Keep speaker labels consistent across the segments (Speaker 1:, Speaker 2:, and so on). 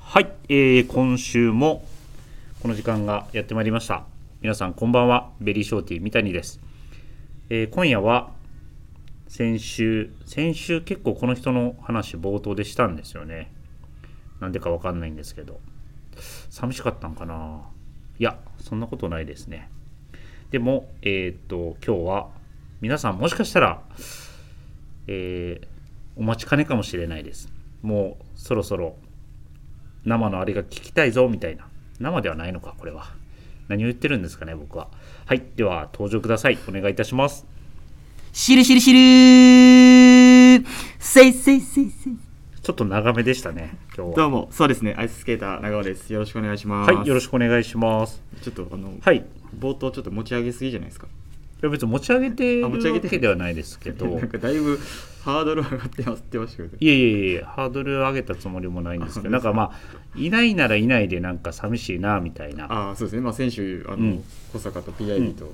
Speaker 1: はい、えー今週もこの時間がやってまいりました皆さんこんばんはベリーショーティー三谷です、えー今夜は先週先週結構この人の話冒頭でしたんですよねなんでかわかんないんですけど寂しかったんかないやそんなことないですねでもえーっと今日は皆さんもしかしたらえーお待ちかねかもしれないですもうそろそろ生のあれが聞きたいぞみたいな生ではないのかこれは何を言ってるんですかね僕ははいでは登場くださいお願いいたします
Speaker 2: しるしるしるーせいせいせいせい
Speaker 1: ちょっと長めでしたね今日
Speaker 2: ど
Speaker 1: は
Speaker 2: うも、そうですね、アイススケーター長尾です。よろしくお願いします。
Speaker 1: はいよろしくお願いします
Speaker 2: ちょっと、あの、
Speaker 1: はいい
Speaker 2: 冒頭ちょっと持ち上げすぎじゃないですか。
Speaker 1: や別に持ち上げてる
Speaker 2: あ持ち上げ
Speaker 1: わ
Speaker 2: て
Speaker 1: けではないですけど
Speaker 2: なんかだいぶハードル上がってますってましたけど。
Speaker 1: いえいえいえハードル上げたつもりもないんですけど
Speaker 2: あ
Speaker 1: なんかまあいないならいないでなんか寂しいなみたいな
Speaker 2: ああ、そうですね、まあ、先週、あの、
Speaker 1: うん
Speaker 2: 小坂と PIB と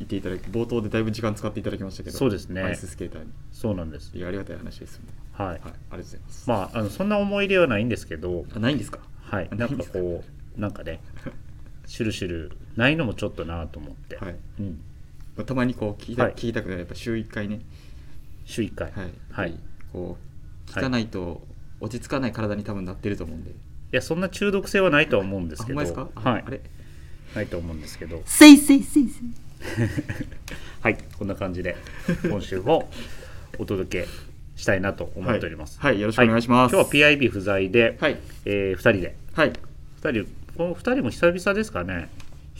Speaker 2: 言っていただき、冒頭でだいぶ時間使っていただきましたけど、
Speaker 1: そうですね
Speaker 2: アイススケーターに。
Speaker 1: そうなんです
Speaker 2: いや、ありがたい話ですよね。
Speaker 1: はい
Speaker 2: はい、ありがとうございます。
Speaker 1: まああのそんな思い入れはないんですけど
Speaker 2: あ、ないんですか
Speaker 1: はい、
Speaker 2: あ
Speaker 1: なん
Speaker 2: ないん
Speaker 1: か
Speaker 2: ですか
Speaker 1: こう、なんか ね、シュルシュルないのもちょっとなと思って、
Speaker 2: はい。
Speaker 1: うん、
Speaker 2: まあ、たまにこう聞いた、
Speaker 1: はい
Speaker 2: 聞きたくなる、やっぱ週1回ね。
Speaker 1: 週1回、、
Speaker 2: はいい、
Speaker 1: はい
Speaker 2: こう聞かないと落ち着かない体に多分なってると思うんで、
Speaker 1: や、そんな中毒性はないとは思うんです
Speaker 2: あほ
Speaker 1: け
Speaker 2: ん
Speaker 1: ど、
Speaker 2: まですか、
Speaker 1: はい
Speaker 2: あ、れ
Speaker 1: ないと思うんですけど、
Speaker 2: せいせいせいせい
Speaker 1: はい、こんな感じで、今週もお届けしたいなと思っております。
Speaker 2: はいはいよろしくお願いします
Speaker 1: は今日は PIB 不在で、
Speaker 2: はい
Speaker 1: えー、2人で、
Speaker 2: はい
Speaker 1: 2人、この2人も久々ですかね。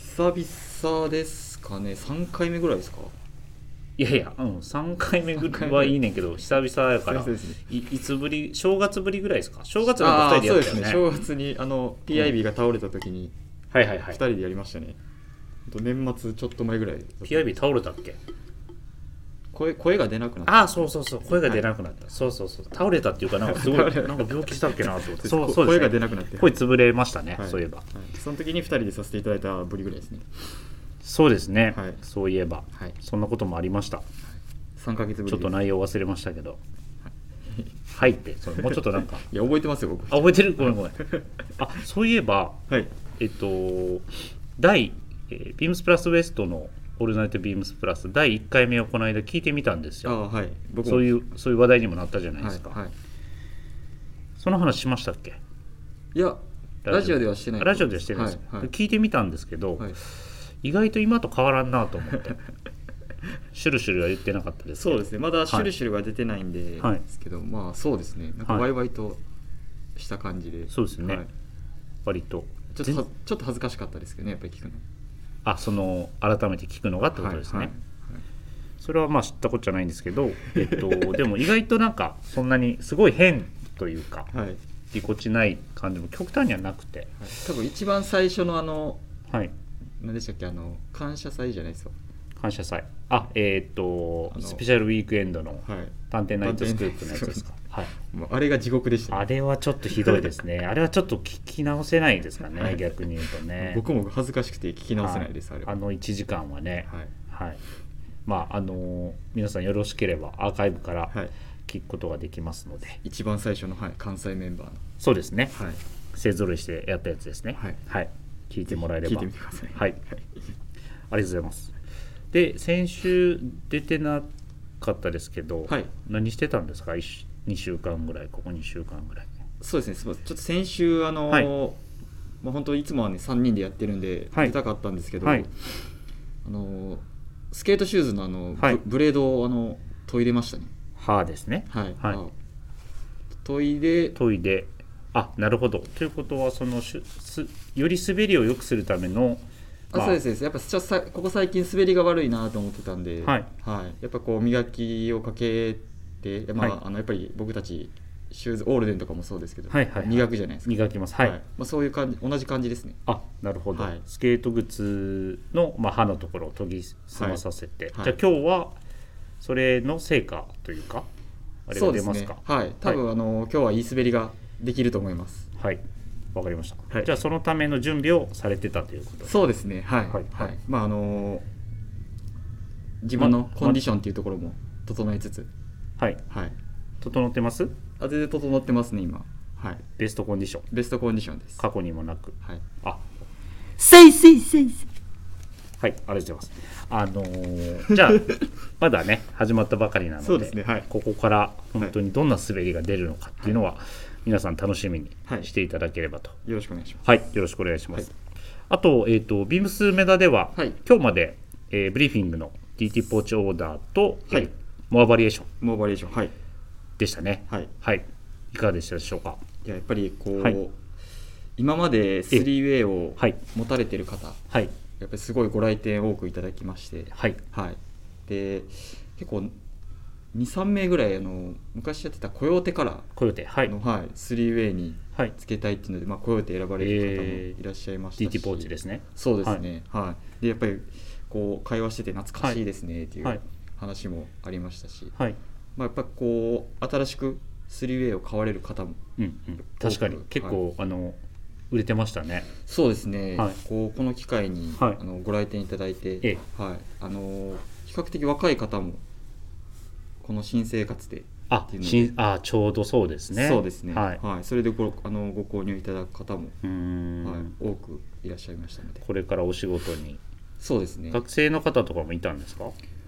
Speaker 2: 久々ですかね3回目ぐらいですか
Speaker 1: いやいや、うん、3回目ぐ
Speaker 2: 三
Speaker 1: ら
Speaker 2: 回
Speaker 1: い
Speaker 2: 目
Speaker 1: はいいねんけど、久々やから
Speaker 2: 久々ですね、
Speaker 1: いいつぶり、正月ぶりぐらいですか正月なん
Speaker 2: あ
Speaker 1: か
Speaker 2: あ
Speaker 1: 2
Speaker 2: ー
Speaker 1: 人で
Speaker 2: そう
Speaker 1: や
Speaker 2: で
Speaker 1: ったよ
Speaker 2: す
Speaker 1: ね。
Speaker 2: ね正月にあの PIB が倒れた時に
Speaker 1: はいはいは
Speaker 2: 2
Speaker 1: い。
Speaker 2: 人でやりましたね、ほんと年末ちょっと前ぐらい
Speaker 1: PIB 倒れたっけ
Speaker 2: 声声が出なくなった
Speaker 1: ああそうそうそう声が出なくなった、そうそうそう 倒れたっていうかなんかすごい
Speaker 2: 倒れた
Speaker 1: なんか病気したっけなと思って
Speaker 2: そ
Speaker 1: そう
Speaker 2: うです
Speaker 1: そうです、ね、
Speaker 2: 声が出なくなって
Speaker 1: 声潰れましたね、
Speaker 2: は
Speaker 1: そういえば
Speaker 2: はその時に2人でさせていただいたぶりぐらいですね
Speaker 1: そうですね、
Speaker 2: はい
Speaker 1: そういえば、
Speaker 2: はい
Speaker 1: そんなこともありました
Speaker 2: 3ヶ月ぶり
Speaker 1: ちょっと
Speaker 2: ない
Speaker 1: 内容忘れましたけど「はい」ってそれもうちょっとなんか
Speaker 2: いや覚えてますよ僕
Speaker 1: あ覚えてるごめんごめんあそういえば
Speaker 2: はい
Speaker 1: えっと第、えービームスプラスウエストの「オールナイトビームスプラス」第1回目をこの間聞いてみたんです
Speaker 2: あ
Speaker 1: よ
Speaker 2: あはい僕も
Speaker 1: そういうそういう話題にもなったじゃないで
Speaker 2: は
Speaker 1: す
Speaker 2: い
Speaker 1: か、
Speaker 2: はい
Speaker 1: その話しましたっけ
Speaker 2: いや、ラジオではしてない。
Speaker 1: ラジオではしてないです、
Speaker 2: はい。はい
Speaker 1: 聞いてみたんですけど、
Speaker 2: はい
Speaker 1: 意外と今と変わらんなと思ってシュルシュルは言ってなかったですけ
Speaker 2: そ
Speaker 1: ど
Speaker 2: うですね、まだシュルシュルが出てないんで、
Speaker 1: はい
Speaker 2: ですけど、まあそうですね、なんか
Speaker 1: はい
Speaker 2: ワイワイとした感じで、
Speaker 1: そうですね
Speaker 2: はい
Speaker 1: 割と
Speaker 2: ちょっとは
Speaker 1: 全
Speaker 2: ちょっと恥ずかしかったですけどね、やっぱり聞くの。
Speaker 1: あその改めて聞くのがってことですね、
Speaker 2: はい
Speaker 1: それはまあ知ったことじゃないんですけど、えっと、 でも意外となんかそんなにすごい変というか
Speaker 2: はいはいはい
Speaker 1: ぎこちない感じも極端にはなくて
Speaker 2: 多分一番最初のあの、
Speaker 1: はい
Speaker 2: 何でしたっけ、あの、感謝祭じゃないですか。
Speaker 1: 感謝祭あえーっと
Speaker 2: あの
Speaker 1: スペシャルウィークエンドの
Speaker 2: はい。
Speaker 1: 「探偵ナイトスクープ」のやつですか、はい
Speaker 2: もうあれが地獄でした、
Speaker 1: あれはちょっとひどいですね。 あれはちょっと聞き直せないですかね、逆に言うとね。
Speaker 2: 僕も恥ずかしくて聞き直せないです、
Speaker 1: はい
Speaker 2: あれは。
Speaker 1: の1時間はね、
Speaker 2: はい。
Speaker 1: はい。まあ、あのー皆さんよろしければアーカイブから
Speaker 2: はい。
Speaker 1: 聞くことができますので、
Speaker 2: 一番最初の、はい、関西メンバーの。
Speaker 1: そうですね、
Speaker 2: はい。
Speaker 1: 勢ぞろいしてやったやつですね。
Speaker 2: はい
Speaker 1: 聞いてもらえれ
Speaker 2: 聞い
Speaker 1: ば。
Speaker 2: てみてください。
Speaker 1: はい。ありがとうございます。で、先週出てなかったですけど、
Speaker 2: はい
Speaker 1: 何してたんですか、2週間ぐらい、ここ2週間ぐらい。
Speaker 2: そうですねすみませんちょっと先週あの、
Speaker 1: はい
Speaker 2: まあ、本当いつもはね3人でやってるんで
Speaker 1: はい
Speaker 2: 出たかったんですけど、
Speaker 1: はい
Speaker 2: あのスケートシューズのあの、ブ
Speaker 1: はい
Speaker 2: ブレードをあの研いでましたね
Speaker 1: はあですね。
Speaker 2: はい、
Speaker 1: はい
Speaker 2: あ研いで
Speaker 1: 研いであなるほどということはそのしゅすより滑りを良くするための
Speaker 2: あ
Speaker 1: まあ
Speaker 2: そうですそうですやっぱちょっとさここ最近滑りが悪いなと思ってたんで、
Speaker 1: はい
Speaker 2: やっぱこう磨きをかけて、まあ
Speaker 1: はい
Speaker 2: あのやっぱり僕たちシューズオールデンとかもそうですけど、
Speaker 1: はいはいはい
Speaker 2: 磨くじゃないですか、
Speaker 1: 磨きますはい、
Speaker 2: まあ、そういう感じ同じ感じですね
Speaker 1: あなるほど、
Speaker 2: はい
Speaker 1: スケート靴の、まあ、刃のところを研ぎ澄まさせて、
Speaker 2: はい
Speaker 1: じゃあ今日はそれの成果というかあれが出ますか
Speaker 2: そうですね、はい多分、あの今日はいい滑りができると思います
Speaker 1: はいわかりました、
Speaker 2: はい
Speaker 1: じゃあそのための準備をされてたということ
Speaker 2: そうですねはい
Speaker 1: は
Speaker 2: はいい、
Speaker 1: はい
Speaker 2: まああの自分
Speaker 1: ま
Speaker 2: のコンディションっていうところも整えつつ
Speaker 1: はい
Speaker 2: はい
Speaker 1: 整ってます
Speaker 2: あ全然整ってますね今はい
Speaker 1: ベストコンディション
Speaker 2: ベストコンディションです
Speaker 1: 過去にもなく
Speaker 2: はい
Speaker 1: あ
Speaker 3: せいせいせいせい
Speaker 1: はいありがとうございますあのー じゃあまだね始まったばかりなので
Speaker 2: そうですねはい
Speaker 1: ここから本当にどんな滑りが出るのかっていうのは、皆さん楽しみに
Speaker 2: はい
Speaker 1: していただければと
Speaker 2: よろしくお願いします
Speaker 1: はい、よろしくお願いします。
Speaker 2: は
Speaker 1: あと、えっ、と、ビームスメダでは、
Speaker 2: はい
Speaker 1: 今日まで、えーブリーフィングの DT ポーチオーダーと、
Speaker 2: はい
Speaker 1: えーモアバリエーション
Speaker 2: モーバリエーションはい
Speaker 1: でしたね。
Speaker 2: はい
Speaker 1: はい。いかがでしたでしょうか。
Speaker 2: いややっぱりこう、
Speaker 1: はい
Speaker 2: 今までスリーウェイを
Speaker 1: はい
Speaker 2: 持たれてる方、
Speaker 1: はい。
Speaker 2: やっぱりすごいご来店多くいただきまして、
Speaker 1: はい。
Speaker 2: はい、で結構23名ぐらいあの昔やってたコヨーテカラ
Speaker 1: コヨーテ、は
Speaker 2: ー
Speaker 1: い
Speaker 2: の、。はい、スリーウェイに
Speaker 1: はい。
Speaker 2: つけたいっていうので、まあ、コヨーテ選ばれる
Speaker 1: え
Speaker 2: 方
Speaker 1: ー
Speaker 2: もいらっしゃいましたし、
Speaker 1: DT ポーチですね。
Speaker 2: そうですね、はいでやっぱりこう会話してて懐かしいですねってい
Speaker 1: はいう
Speaker 2: 話もありましたし、
Speaker 1: はい。
Speaker 2: まあ、やっぱこう新しくスリーウェイを買われる方も
Speaker 1: うん、うん。確かに
Speaker 2: はい、
Speaker 1: 結構、あの、売れてましたね。
Speaker 2: そうですね、
Speaker 1: はい
Speaker 2: こうこの機会に、
Speaker 1: はい
Speaker 2: あのご来店いただいて、
Speaker 1: え
Speaker 2: はい、あのー比較的若い方もこの新生活で、
Speaker 1: あ
Speaker 2: っていう、ので
Speaker 1: しん、あ、ちょうどそうですね。
Speaker 2: そうですね、
Speaker 1: はい。
Speaker 2: それでごあのご購入いただく方も、
Speaker 1: うーん、
Speaker 2: はい、多くいらっしゃいましたので
Speaker 1: これからお仕事に、
Speaker 2: そうですね
Speaker 1: 学生の方とかもいたんですか。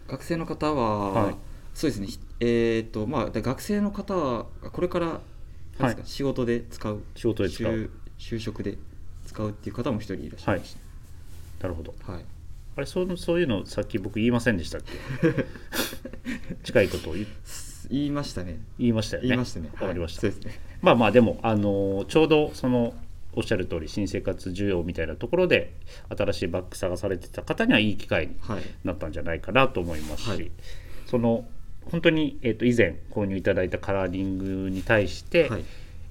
Speaker 2: 学生の方は、
Speaker 1: はい
Speaker 2: そうですねひえっとまあで学生の方はこれから何ですか、
Speaker 1: はい
Speaker 2: 仕事で使う
Speaker 1: 仕事で使う
Speaker 2: 就就職で使うっていう方も一人いらっしゃいまし
Speaker 1: なるほど。
Speaker 2: た、はい
Speaker 1: あれそのそういうのさっき僕言いませんでしたっけ 近いことを言
Speaker 2: 言いましたね
Speaker 1: 言いましたよね
Speaker 2: 言いましたね
Speaker 1: わかりました、
Speaker 2: はいそうですね
Speaker 1: まあまあでも、あのーちょうどそのおっしゃる通り新生活需要みたいなところで新しいバッグ探されてた方にはいい機会に
Speaker 2: はい
Speaker 1: なったんじゃないかなと思いますし、
Speaker 2: はい
Speaker 1: その本当に、えー、と以前購入いただいたカラーリングに対して、
Speaker 2: はい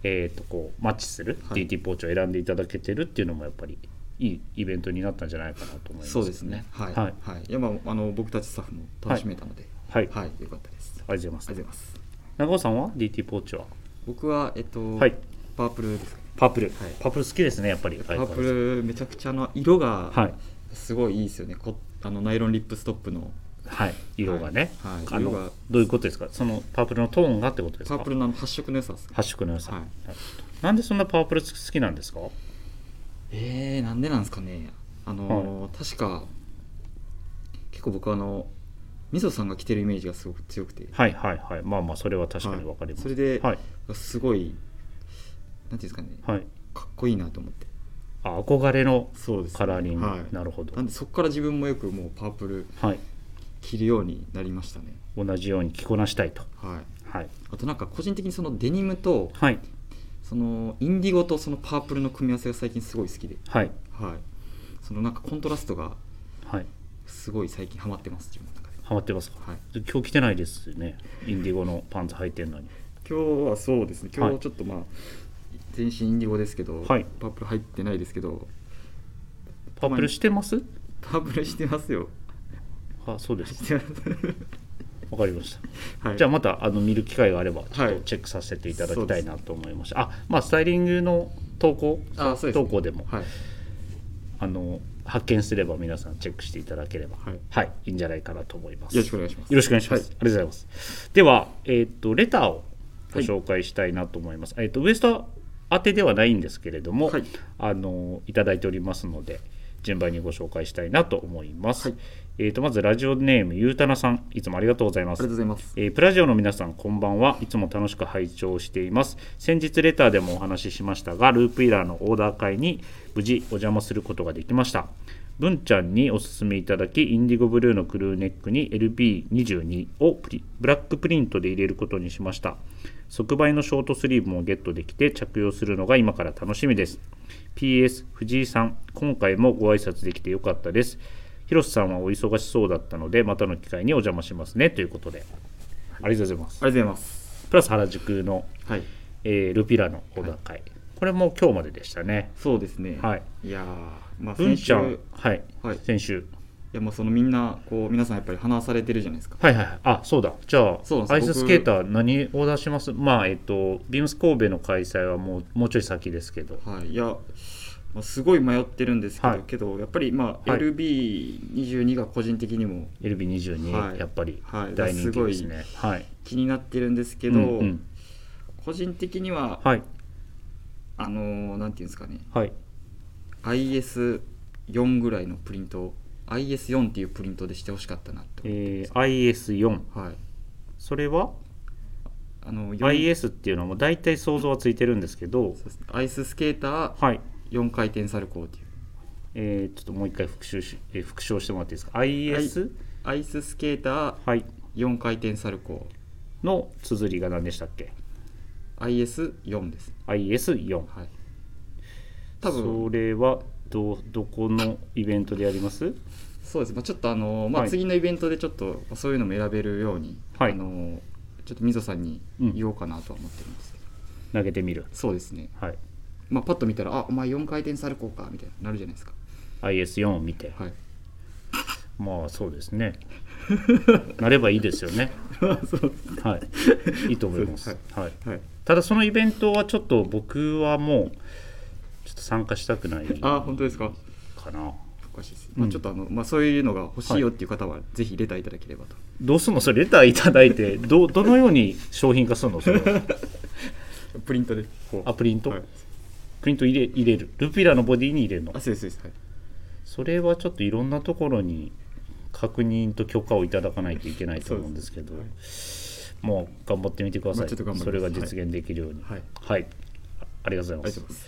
Speaker 1: えー、とこうマッチする
Speaker 2: はい
Speaker 1: DT ポーチを選んでいただけてるっていうのもやっぱりいいイベントになったんじゃないかなと思います
Speaker 2: そうですね。はい。は
Speaker 1: はいい。
Speaker 2: い、や、まあ、あの、僕たちスタッフも楽しめたので。
Speaker 1: はい、ありが
Speaker 2: はい、良かったです。あ
Speaker 1: とうございます
Speaker 2: りがとうございます。
Speaker 1: 長尾さんは DT ポーチは
Speaker 2: 僕は、えっと、
Speaker 1: はい
Speaker 2: パープルですかね。
Speaker 1: パープル、
Speaker 2: はい
Speaker 1: パープル好きですねやっぱり
Speaker 2: パープル、めちゃくちゃあの色が、
Speaker 1: はい
Speaker 2: すごいいいですよね。こ、あのナイロンリップストップの。
Speaker 1: はい色がね、
Speaker 2: はいはい
Speaker 1: あ
Speaker 2: 色が
Speaker 1: のどういうことですかそのパープルのトーンがってことです
Speaker 2: パ
Speaker 1: か
Speaker 2: ープルのあの発色の良さですか。
Speaker 1: 発色の良さ、
Speaker 2: はい
Speaker 1: なるほどなんでそんなパープル好きなんですか
Speaker 2: ええー、なんでなんですかね。あの、確か。結構僕、あの。みぞさんが着てるイメージがすごく強くて。
Speaker 1: はいはいはいまあまあそれは確かにわかります、
Speaker 2: はいそれで
Speaker 1: はい
Speaker 2: すごい。なんていうんですかね。
Speaker 1: はい
Speaker 2: かっこいいなと思って。
Speaker 1: あ憧れの
Speaker 2: そうです、
Speaker 1: カラーリング、
Speaker 2: はい
Speaker 1: なるほど
Speaker 2: なんでそこから自分もよくもうパープル
Speaker 1: はい
Speaker 2: 着るようになりましたね。
Speaker 1: 同じように着こなしたいと
Speaker 2: はい。
Speaker 1: はい
Speaker 2: あとなんか個人的にそのデニムと
Speaker 1: はい
Speaker 2: そのインディゴとそのパープルの組み合わせが最近すごい好きで、
Speaker 1: はい
Speaker 2: はい。そのなんかコントラストが
Speaker 1: はい
Speaker 2: すごい最近ハマってます自分の中で。
Speaker 1: ハマってますか、
Speaker 2: はい。
Speaker 1: 今日着てないですねインディゴのパンツ履いてるのに
Speaker 2: 今日はそうですね。
Speaker 1: 今
Speaker 2: 今
Speaker 1: 日
Speaker 2: 日ちょっとまあ、全身インディゴですけど、
Speaker 1: はい
Speaker 2: パープル入ってないですけど、
Speaker 1: パープルしてます
Speaker 2: パープルしてます よ。
Speaker 1: あそうです
Speaker 2: してます。
Speaker 1: わかりました
Speaker 2: はい。
Speaker 1: じゃあまたあの見る機会があればちょっ
Speaker 2: は
Speaker 1: と
Speaker 2: い
Speaker 1: チェックさせていただきたいなと思いました、あまあスタイリングの投稿
Speaker 2: あそうです
Speaker 1: 投
Speaker 2: ね
Speaker 1: 稿でも、
Speaker 2: はい。
Speaker 1: あの発見すれば皆さんチェックしていただければ
Speaker 2: はい
Speaker 1: はい、いいんじゃないかなと思います
Speaker 2: よろしくお願いします。
Speaker 1: よろしくお願いします、あ
Speaker 2: は
Speaker 1: りがとうございますではえーっとレターをご紹介したいなと思います、えーっとウエスト宛てではないんですけれども、
Speaker 2: はい
Speaker 1: あのいただいておりますので順番にご紹介したいなと思います、
Speaker 2: はい
Speaker 1: えーっとまずラジオネームゆうたなさんいつもありがとうございま
Speaker 2: あ
Speaker 1: す
Speaker 2: りがとうございます。
Speaker 1: えープラジオの皆さんこんばんはいつも楽しく拝聴しています先日レターでもお話ししましたがループイラーのオーダー会に無事お邪魔することができました文ちゃんにお勧めいただきインディゴブルーのクルーネックに LB22 をプリブラックプリントで入れることにしました即売のショートスリーブもゲットできて着用するのが今から楽しみです PS 藤井さん今回もご挨拶できてよかったです広瀬さんはお忙しそうだったのでまたの機会にお邪魔しますねということでありがとうございます
Speaker 2: あ。りがとうございます。
Speaker 1: プラス原宿の、
Speaker 2: はい。
Speaker 1: えールピラの小高会、これも今日まででしたね。
Speaker 2: そうですね。
Speaker 1: はい。
Speaker 2: いやーまあ
Speaker 1: 文
Speaker 2: 先
Speaker 1: ち
Speaker 2: 週
Speaker 1: ゃ
Speaker 2: い
Speaker 1: ん、はい、
Speaker 2: はい
Speaker 1: 先週。
Speaker 2: やまあそのみんなこう皆さんやっぱり話されてるじゃないですか。
Speaker 1: はいはいはい。あ、そうだ。じゃ
Speaker 2: そうなん
Speaker 1: あ、アイ
Speaker 2: です
Speaker 1: ススケーター何オーダーしますまあ、えっ、と、ビームス神戸の開催はもうもうちょい先ですけど。
Speaker 2: はい。いや、まあ、すごい迷ってるんですけど、
Speaker 1: はい
Speaker 2: けどやっぱりまあ、
Speaker 1: はい
Speaker 2: LB22 が個人的にも
Speaker 1: LB22、
Speaker 2: はい
Speaker 1: やっぱり
Speaker 2: はい
Speaker 1: 大人気ですね。はい。
Speaker 2: 気になってるんです
Speaker 1: け
Speaker 2: けど、
Speaker 1: うんうん
Speaker 2: 個人的には
Speaker 1: はい。
Speaker 2: あのーなんていうんですかね
Speaker 1: はい
Speaker 2: IS4 ぐらいのプリントを IS4 っていうプリントでしてほしかったなって思ってま
Speaker 1: え
Speaker 2: す、
Speaker 1: ー IS4
Speaker 2: はい
Speaker 1: それは
Speaker 2: あの 4-
Speaker 1: IS っていうのはもう大体想像はついてるんですけど
Speaker 2: そうですねアイススケーター
Speaker 1: はい
Speaker 2: 4回転サルコーっていう
Speaker 1: えーちょっともう一回復習し、えー復唱してもらっていいですか IS、
Speaker 2: アイススケーター
Speaker 1: はい、
Speaker 2: 4回転サルコ
Speaker 1: の綴りが何でしたっけ
Speaker 2: ー IS4 です
Speaker 1: IS4
Speaker 2: はい多分
Speaker 1: それはどどこのイベントでやります
Speaker 2: そうです、まあ、ちょっとあのー、ま
Speaker 1: は
Speaker 2: あ、
Speaker 1: い
Speaker 2: 次のイベントでちょっとそういうのも選べるように、
Speaker 1: はい
Speaker 2: あのーちょっとみぞさんに
Speaker 1: うん
Speaker 2: 言おうかなとは思ってるんですけど、
Speaker 1: 投げてみる
Speaker 2: そうですね、
Speaker 1: はい
Speaker 2: まあ、パッと見たら「あお前4回転サルコーか」みたいになるじゃないですか
Speaker 1: IS4 を見て
Speaker 2: はい
Speaker 1: まあそうです ねなればいいですよね
Speaker 2: そう
Speaker 1: はいいいと思います、
Speaker 2: そう
Speaker 1: はい、
Speaker 2: はい
Speaker 1: ただそのイベントはちょっと僕はもうちょっと参加したくないか
Speaker 2: あ本当ですか
Speaker 1: な
Speaker 2: おかしいです、まあ、ちょっとあの、まあ、そういうのが欲しいよっていう方はぜひレターいただければと、
Speaker 1: どうすんのそれレターいただいてど どのように商品化するのそれは
Speaker 2: プリントでこ
Speaker 1: あプリント、
Speaker 2: はい、
Speaker 1: プリント入れ入れるルピラのボディに入れるの
Speaker 2: あそうですそうですはい
Speaker 1: それはちょっといろんなところに確認と許可をいただかないといけないと思うんですけど
Speaker 2: そうで
Speaker 1: もう頑張ってみてくださ
Speaker 2: まあちょっと頑張
Speaker 1: い
Speaker 2: ります
Speaker 1: それが実現できるように
Speaker 2: はい
Speaker 1: はい、あありがとう
Speaker 2: あ
Speaker 1: ござ
Speaker 2: りが
Speaker 1: いま
Speaker 2: とう
Speaker 1: す
Speaker 2: ございます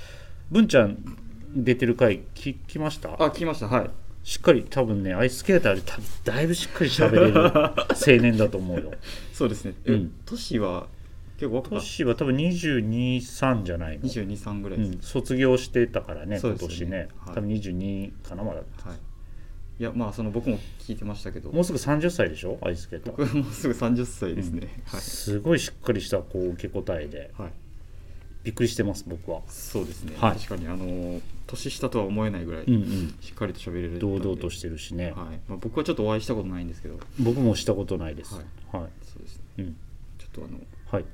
Speaker 1: 文ちゃん出てる回聞きました
Speaker 2: あ聞きましたはい
Speaker 1: しっかり多分ねアイススケーターで多分だいぶしっかり喋 れる青年だと思うよ
Speaker 2: そうですね
Speaker 1: う
Speaker 2: え
Speaker 1: ん
Speaker 2: 都市は結構若
Speaker 1: ト
Speaker 2: かっ
Speaker 1: シは多分223じゃないの、
Speaker 2: 2 2 3ぐらいうです、ね
Speaker 1: ん、卒業してたからね
Speaker 2: そう
Speaker 1: 今
Speaker 2: ですよね
Speaker 1: 年ね、
Speaker 2: はい
Speaker 1: 多分22かなまだ
Speaker 2: はいいやまあその僕も聞いてましたけど
Speaker 1: もうすぐ30歳でしょアイススケーター
Speaker 2: 僕はもうすぐ30歳ですね、
Speaker 1: すごいしっかりしたこう受け答えで
Speaker 2: はい、はい、
Speaker 1: びっくりしてます僕は
Speaker 2: そうですね、
Speaker 1: はい
Speaker 2: 確かにあのー年下とは思えないぐらい、
Speaker 1: うんうん
Speaker 2: しっかりと喋れる、
Speaker 1: 堂々としててるしね、
Speaker 2: はいまあ、僕はちょっとお会いしたことないんですけど
Speaker 1: 僕もしたことないですは
Speaker 2: はいい、そうですね
Speaker 1: うん
Speaker 2: ちょっとあの
Speaker 1: はい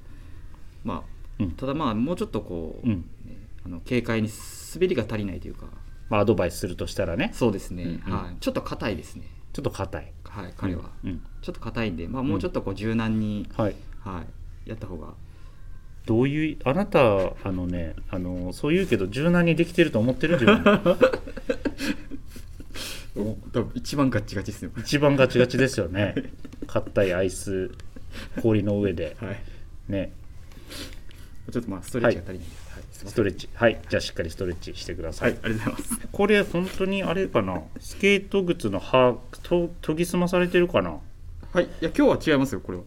Speaker 2: まあ、
Speaker 1: うん
Speaker 2: ただまあもうちょっとこう、
Speaker 1: うん
Speaker 2: ねあの軽快に滑りが足りないというか
Speaker 1: まあアドバイスするとしたらね
Speaker 2: そうですね、
Speaker 1: うんうん
Speaker 2: はいちょっと硬いですね
Speaker 1: ちょっと硬い
Speaker 2: はい彼は、
Speaker 1: うん
Speaker 2: ちょっと硬いんで、まあ、もうちょっとこう柔軟に、
Speaker 1: はい
Speaker 2: はい、やった方が
Speaker 1: どういうあなたあのねあのそう言うけど柔軟にできてると思ってる自 分
Speaker 2: 多分一番ガッチガチですね
Speaker 1: 一番ガチガチですよね硬いアイス氷の上で
Speaker 2: はい
Speaker 1: ね
Speaker 2: ちょっとまあストレッチが足りないです、はいすいま
Speaker 1: ス
Speaker 2: せ
Speaker 1: ト
Speaker 2: ん
Speaker 1: レッチはいじゃあしっかりストレッチしてくださ、
Speaker 2: はいいありがとうございます
Speaker 1: これ本当にあれかなスケート靴の歯と研ぎ澄まされてるかな
Speaker 2: はいいや今日は違いますよこれは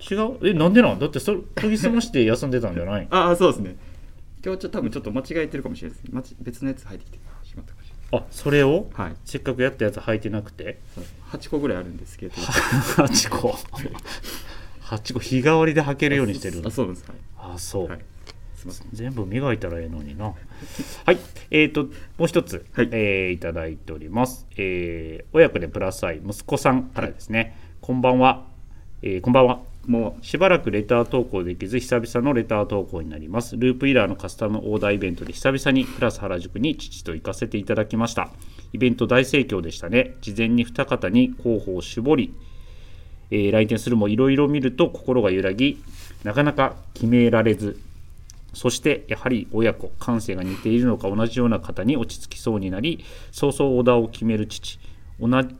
Speaker 1: 違うえなんでなんだってそれ研ぎ澄まして休んでたんじゃない
Speaker 2: ああそうですね今日ちょっと多分ちょっと間違えてるかもしれないですねまち別のやつ入ってきてしまったかもしれない
Speaker 1: あそれを
Speaker 2: はい
Speaker 1: せっかくやったやつ履いてなくて
Speaker 2: そう8個ぐらいあるんです けど
Speaker 1: 8個8個日替わりで履けるようにしてる
Speaker 2: あそうなんですはい、
Speaker 1: あそう、
Speaker 2: はい、すいません
Speaker 1: 全部磨いたらええのになはいえー、ともう一つ、
Speaker 2: はい
Speaker 1: えーいただいております、えー親子でプラス愛息子さんからですね、こんばんは、えーこんばんは
Speaker 2: も
Speaker 1: しばらくレター投稿できず久々のレター投稿になりますループイラーのカスタムオーダーイベントで久々にプラス原宿に父と行かせていただきましたイベント大盛況でしたね事前に二方に候補を絞り、えー来店するもいろいろ見ると心が揺らぎなかなか決められずそしてやはり親子感性が似ているのか同じような方に落ち着きそうになり早々オーダーを決める父同じ,、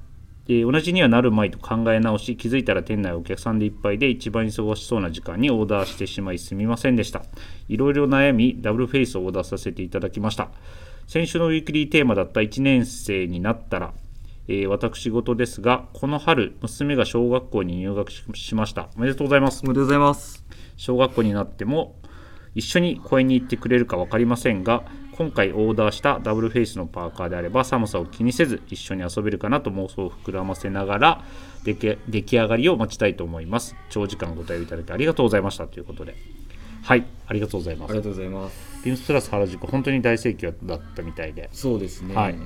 Speaker 1: えー同じにはなるまいと考え直し気づいたら店内お客さんでいっぱいで一番忙しそうな時間にオーダーしてしまいすみませんでしたいろいろ悩みダブルフェイスをオーダーさせていただきました先週のウィークリーテーマだった1年生になったらえー私事ですがこの春娘が小学校に入学ししましたおめでとうございます
Speaker 2: うおめでとうございます
Speaker 1: 小学校になっても一緒に公園に行ってくれるか分かりませんが今回オーダーしたダブルフェイスのパーカーであれば寒さを気にせず一緒に遊べるかなと妄想を膨らませながら出来出来上がりを待ちたいと思います長時間ご対応いただきありがとうございましたということではいありがとうございま
Speaker 2: あり
Speaker 1: す
Speaker 2: がとうございます
Speaker 1: ビームスプラス原宿本当に大盛況だったみたいで
Speaker 2: そうですね
Speaker 1: はい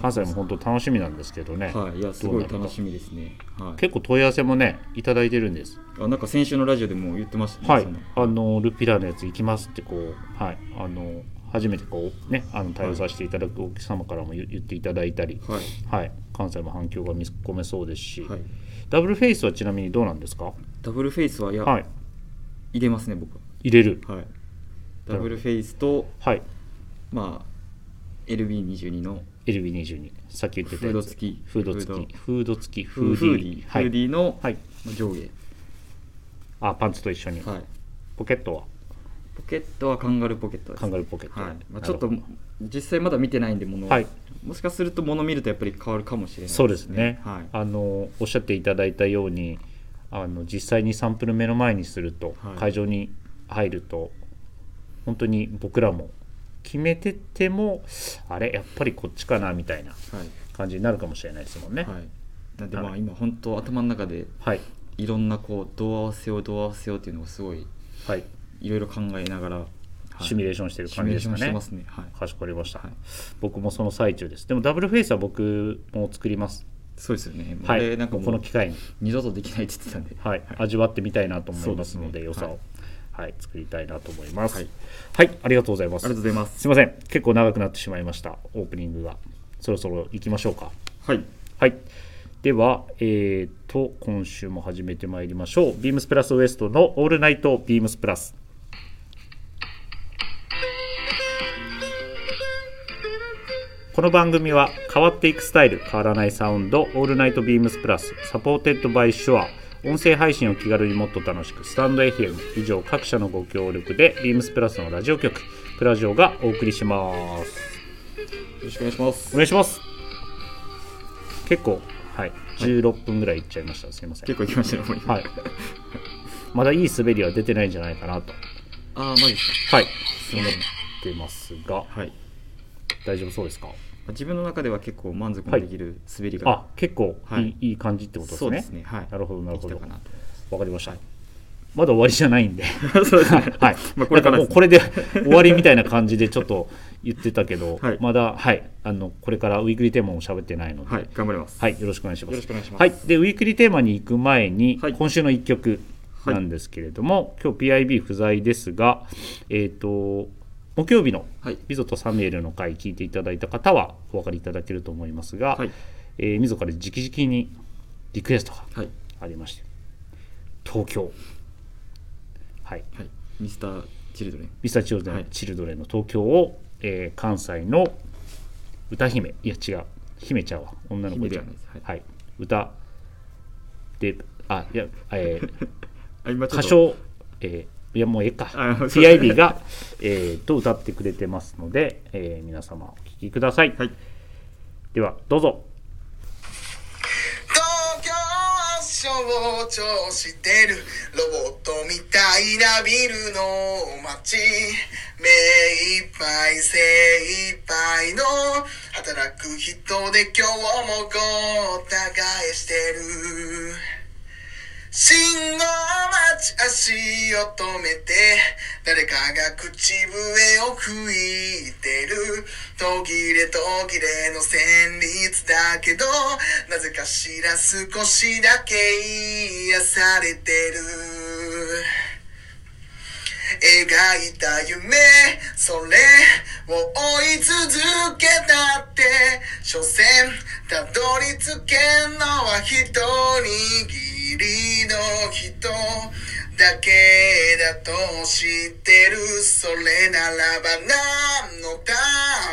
Speaker 1: 関西も本当楽しみなんですけどね、
Speaker 2: はい、いやす
Speaker 1: どう
Speaker 2: ご
Speaker 1: ないるか
Speaker 2: 楽しみですね、はい、
Speaker 1: 結構問い合わせもねいただいてるんです
Speaker 2: あなんか先週のラジオでも言ってましたね
Speaker 1: はい
Speaker 2: その、
Speaker 1: あのルピラのやつ行きますってこう、はい、あの初めてこうねあの対応させていただくお客様からも言言っていただいたり、
Speaker 2: はい
Speaker 1: はい、関西も反響が見込めそうですし、
Speaker 2: はい、
Speaker 1: ダブルフェイスはちなみにどうなんですか？
Speaker 2: ダブルフェイスはいや、
Speaker 1: はい、
Speaker 2: 入れますね僕は
Speaker 1: 入れる。
Speaker 2: はいダブルフェイスと、
Speaker 1: はい
Speaker 2: まあ、LB22 の
Speaker 1: LB22 さっき言ってた
Speaker 2: フード付き
Speaker 1: フード付きフード付き
Speaker 2: フーフーディー、
Speaker 1: は
Speaker 2: フーデ
Speaker 1: い、
Speaker 2: ィーの
Speaker 1: はい、
Speaker 2: 上下、
Speaker 1: あパンツと一緒に、
Speaker 2: はい、
Speaker 1: ポケットは
Speaker 2: ポケットはカンガルーポケットです
Speaker 1: カンガルーポケット、
Speaker 2: はいま
Speaker 1: な
Speaker 2: あ、ち
Speaker 1: る
Speaker 2: ょっ
Speaker 1: ほど
Speaker 2: と実際まだ見てないんでもの、
Speaker 1: はい
Speaker 2: もしかするともの見るとやっぱり変わるかもしれない
Speaker 1: そうですね、
Speaker 2: はい
Speaker 1: あのおっしゃっていただいたようにあの実際にサンプル目の前にすると、
Speaker 2: はい
Speaker 1: 会場に入ると本当に僕らも決めててもあれやっぱりこっちかなみたいな
Speaker 2: はい
Speaker 1: 感じになるかもしれないですもんね。
Speaker 2: はい、なんで
Speaker 1: はい
Speaker 2: まあ今本当頭の中で
Speaker 1: はい、
Speaker 2: いろんなこうどう合わせようどう合わせようっていうのをすごい
Speaker 1: はい
Speaker 2: いろいろ考えながら、
Speaker 1: シミュレー
Speaker 2: シ
Speaker 1: ションしてる
Speaker 2: シ
Speaker 1: 感
Speaker 2: ミュ
Speaker 1: じ
Speaker 2: レー
Speaker 1: です
Speaker 2: シ
Speaker 1: か
Speaker 2: ョンして
Speaker 1: ね
Speaker 2: ま。すねはい
Speaker 1: かしこりました、
Speaker 2: はい
Speaker 1: 僕もその最中です。でもダブルフェイスは僕も作ります。
Speaker 2: そうですよね、
Speaker 1: は
Speaker 2: これ
Speaker 1: い、
Speaker 2: なんか
Speaker 1: こ
Speaker 2: も
Speaker 1: の
Speaker 2: う
Speaker 1: 機会に、
Speaker 2: 二度とできないって言ってたんで、
Speaker 1: はい
Speaker 2: はい
Speaker 1: 味わってみたいなと思いますので、
Speaker 2: そう
Speaker 1: 良
Speaker 2: です
Speaker 1: さ
Speaker 2: ね
Speaker 1: を、はい作りたいなと思います。は
Speaker 2: はいい、
Speaker 1: ありがとうございます。
Speaker 2: ありがとうございます
Speaker 1: すいません結構長くなってしまいましたオープニングがそろそろ行きましょうか
Speaker 2: はい
Speaker 1: はいではえー、と今週も始めてまいりましょうビームスプラスウエストのオールナイトビームスプラス
Speaker 4: Thank
Speaker 1: この番組は変わっていくスタイル変わらないサウンドオールナイトビームスプラスサポーテッドバイシュア音声配信を気軽にもっと楽しくスタンド FM 以上各社のご協力でビームスプラスのラジオ局プラジオがお送りします
Speaker 2: よろしくお願いします
Speaker 1: お願いします結構はい16分ぐらいいっちゃいました、すいません
Speaker 2: 結構いきましたねもう今
Speaker 1: はい。まだいい滑りは出てないんじゃないかなと。
Speaker 2: ああマジですか
Speaker 1: はい。
Speaker 2: すいません
Speaker 1: 出ますが、
Speaker 2: はい
Speaker 1: 大丈夫そうですか
Speaker 2: 自分の中では結構満足のできる滑りが、
Speaker 1: あ、結構いい,、
Speaker 2: はい
Speaker 1: い、い感じってことです
Speaker 2: そう
Speaker 1: ね。
Speaker 2: ですねはい
Speaker 1: なるほど、なるほど。
Speaker 2: できたかなと
Speaker 1: わかりました。まだ終わりじゃないんで。
Speaker 2: そうですね
Speaker 1: はい。
Speaker 2: まあこれか
Speaker 1: な
Speaker 2: らで
Speaker 1: ん
Speaker 2: す
Speaker 1: もうこれで 終わりみたいな感じでちょっと言ってたけど、
Speaker 2: はい
Speaker 1: まだ、はい。あの、これからウィークリーテーマも喋ってないので、
Speaker 2: はい頑張ります
Speaker 1: はい、よろしくお願いします。
Speaker 2: よろしくお願いします
Speaker 1: はい、で、ウィークリーテーマに行く前に、
Speaker 2: はい
Speaker 1: 今週の一曲
Speaker 2: はい
Speaker 1: なんですけれども、今日 PIB 不在ですが、えっ、と、木曜日の
Speaker 2: はい
Speaker 1: 「ミゾとサミュエル」の回聞いていただいた方はお分かりいただけると思いますが、
Speaker 2: はい
Speaker 1: えー、ミゾから直々にリクエストが
Speaker 2: はい
Speaker 1: ありまして「東京」はい
Speaker 2: はいミスターチルドレン
Speaker 1: Mr. チルドレン、
Speaker 2: はい
Speaker 1: チルドレンの東京を、えー関西の歌姫いや違う姫ちゃんは女の子ちゃん
Speaker 2: 姫ではないですはい
Speaker 1: はい、歌であいや、え ー
Speaker 2: あ今ちょっ
Speaker 1: 歌
Speaker 2: と
Speaker 1: 唱、えーいやもうええか
Speaker 2: あそう
Speaker 1: TIB が、えー、と歌ってくれてますので、えー皆様お聴きください、
Speaker 2: はい
Speaker 1: ではどうぞ
Speaker 5: 東京を象徴してるロボットみたいなビルの街目いっぱい精いっぱいの働く人で今日もごった返してる信号待ち足を止めて誰かが口笛を吹いてる途切れ途切れの旋律だけどなぜかしら少しだけ癒されてる描いた夢それを追い続けたって所詮たどり着けんのは一握りの人だけだと知ってるそれならば何のた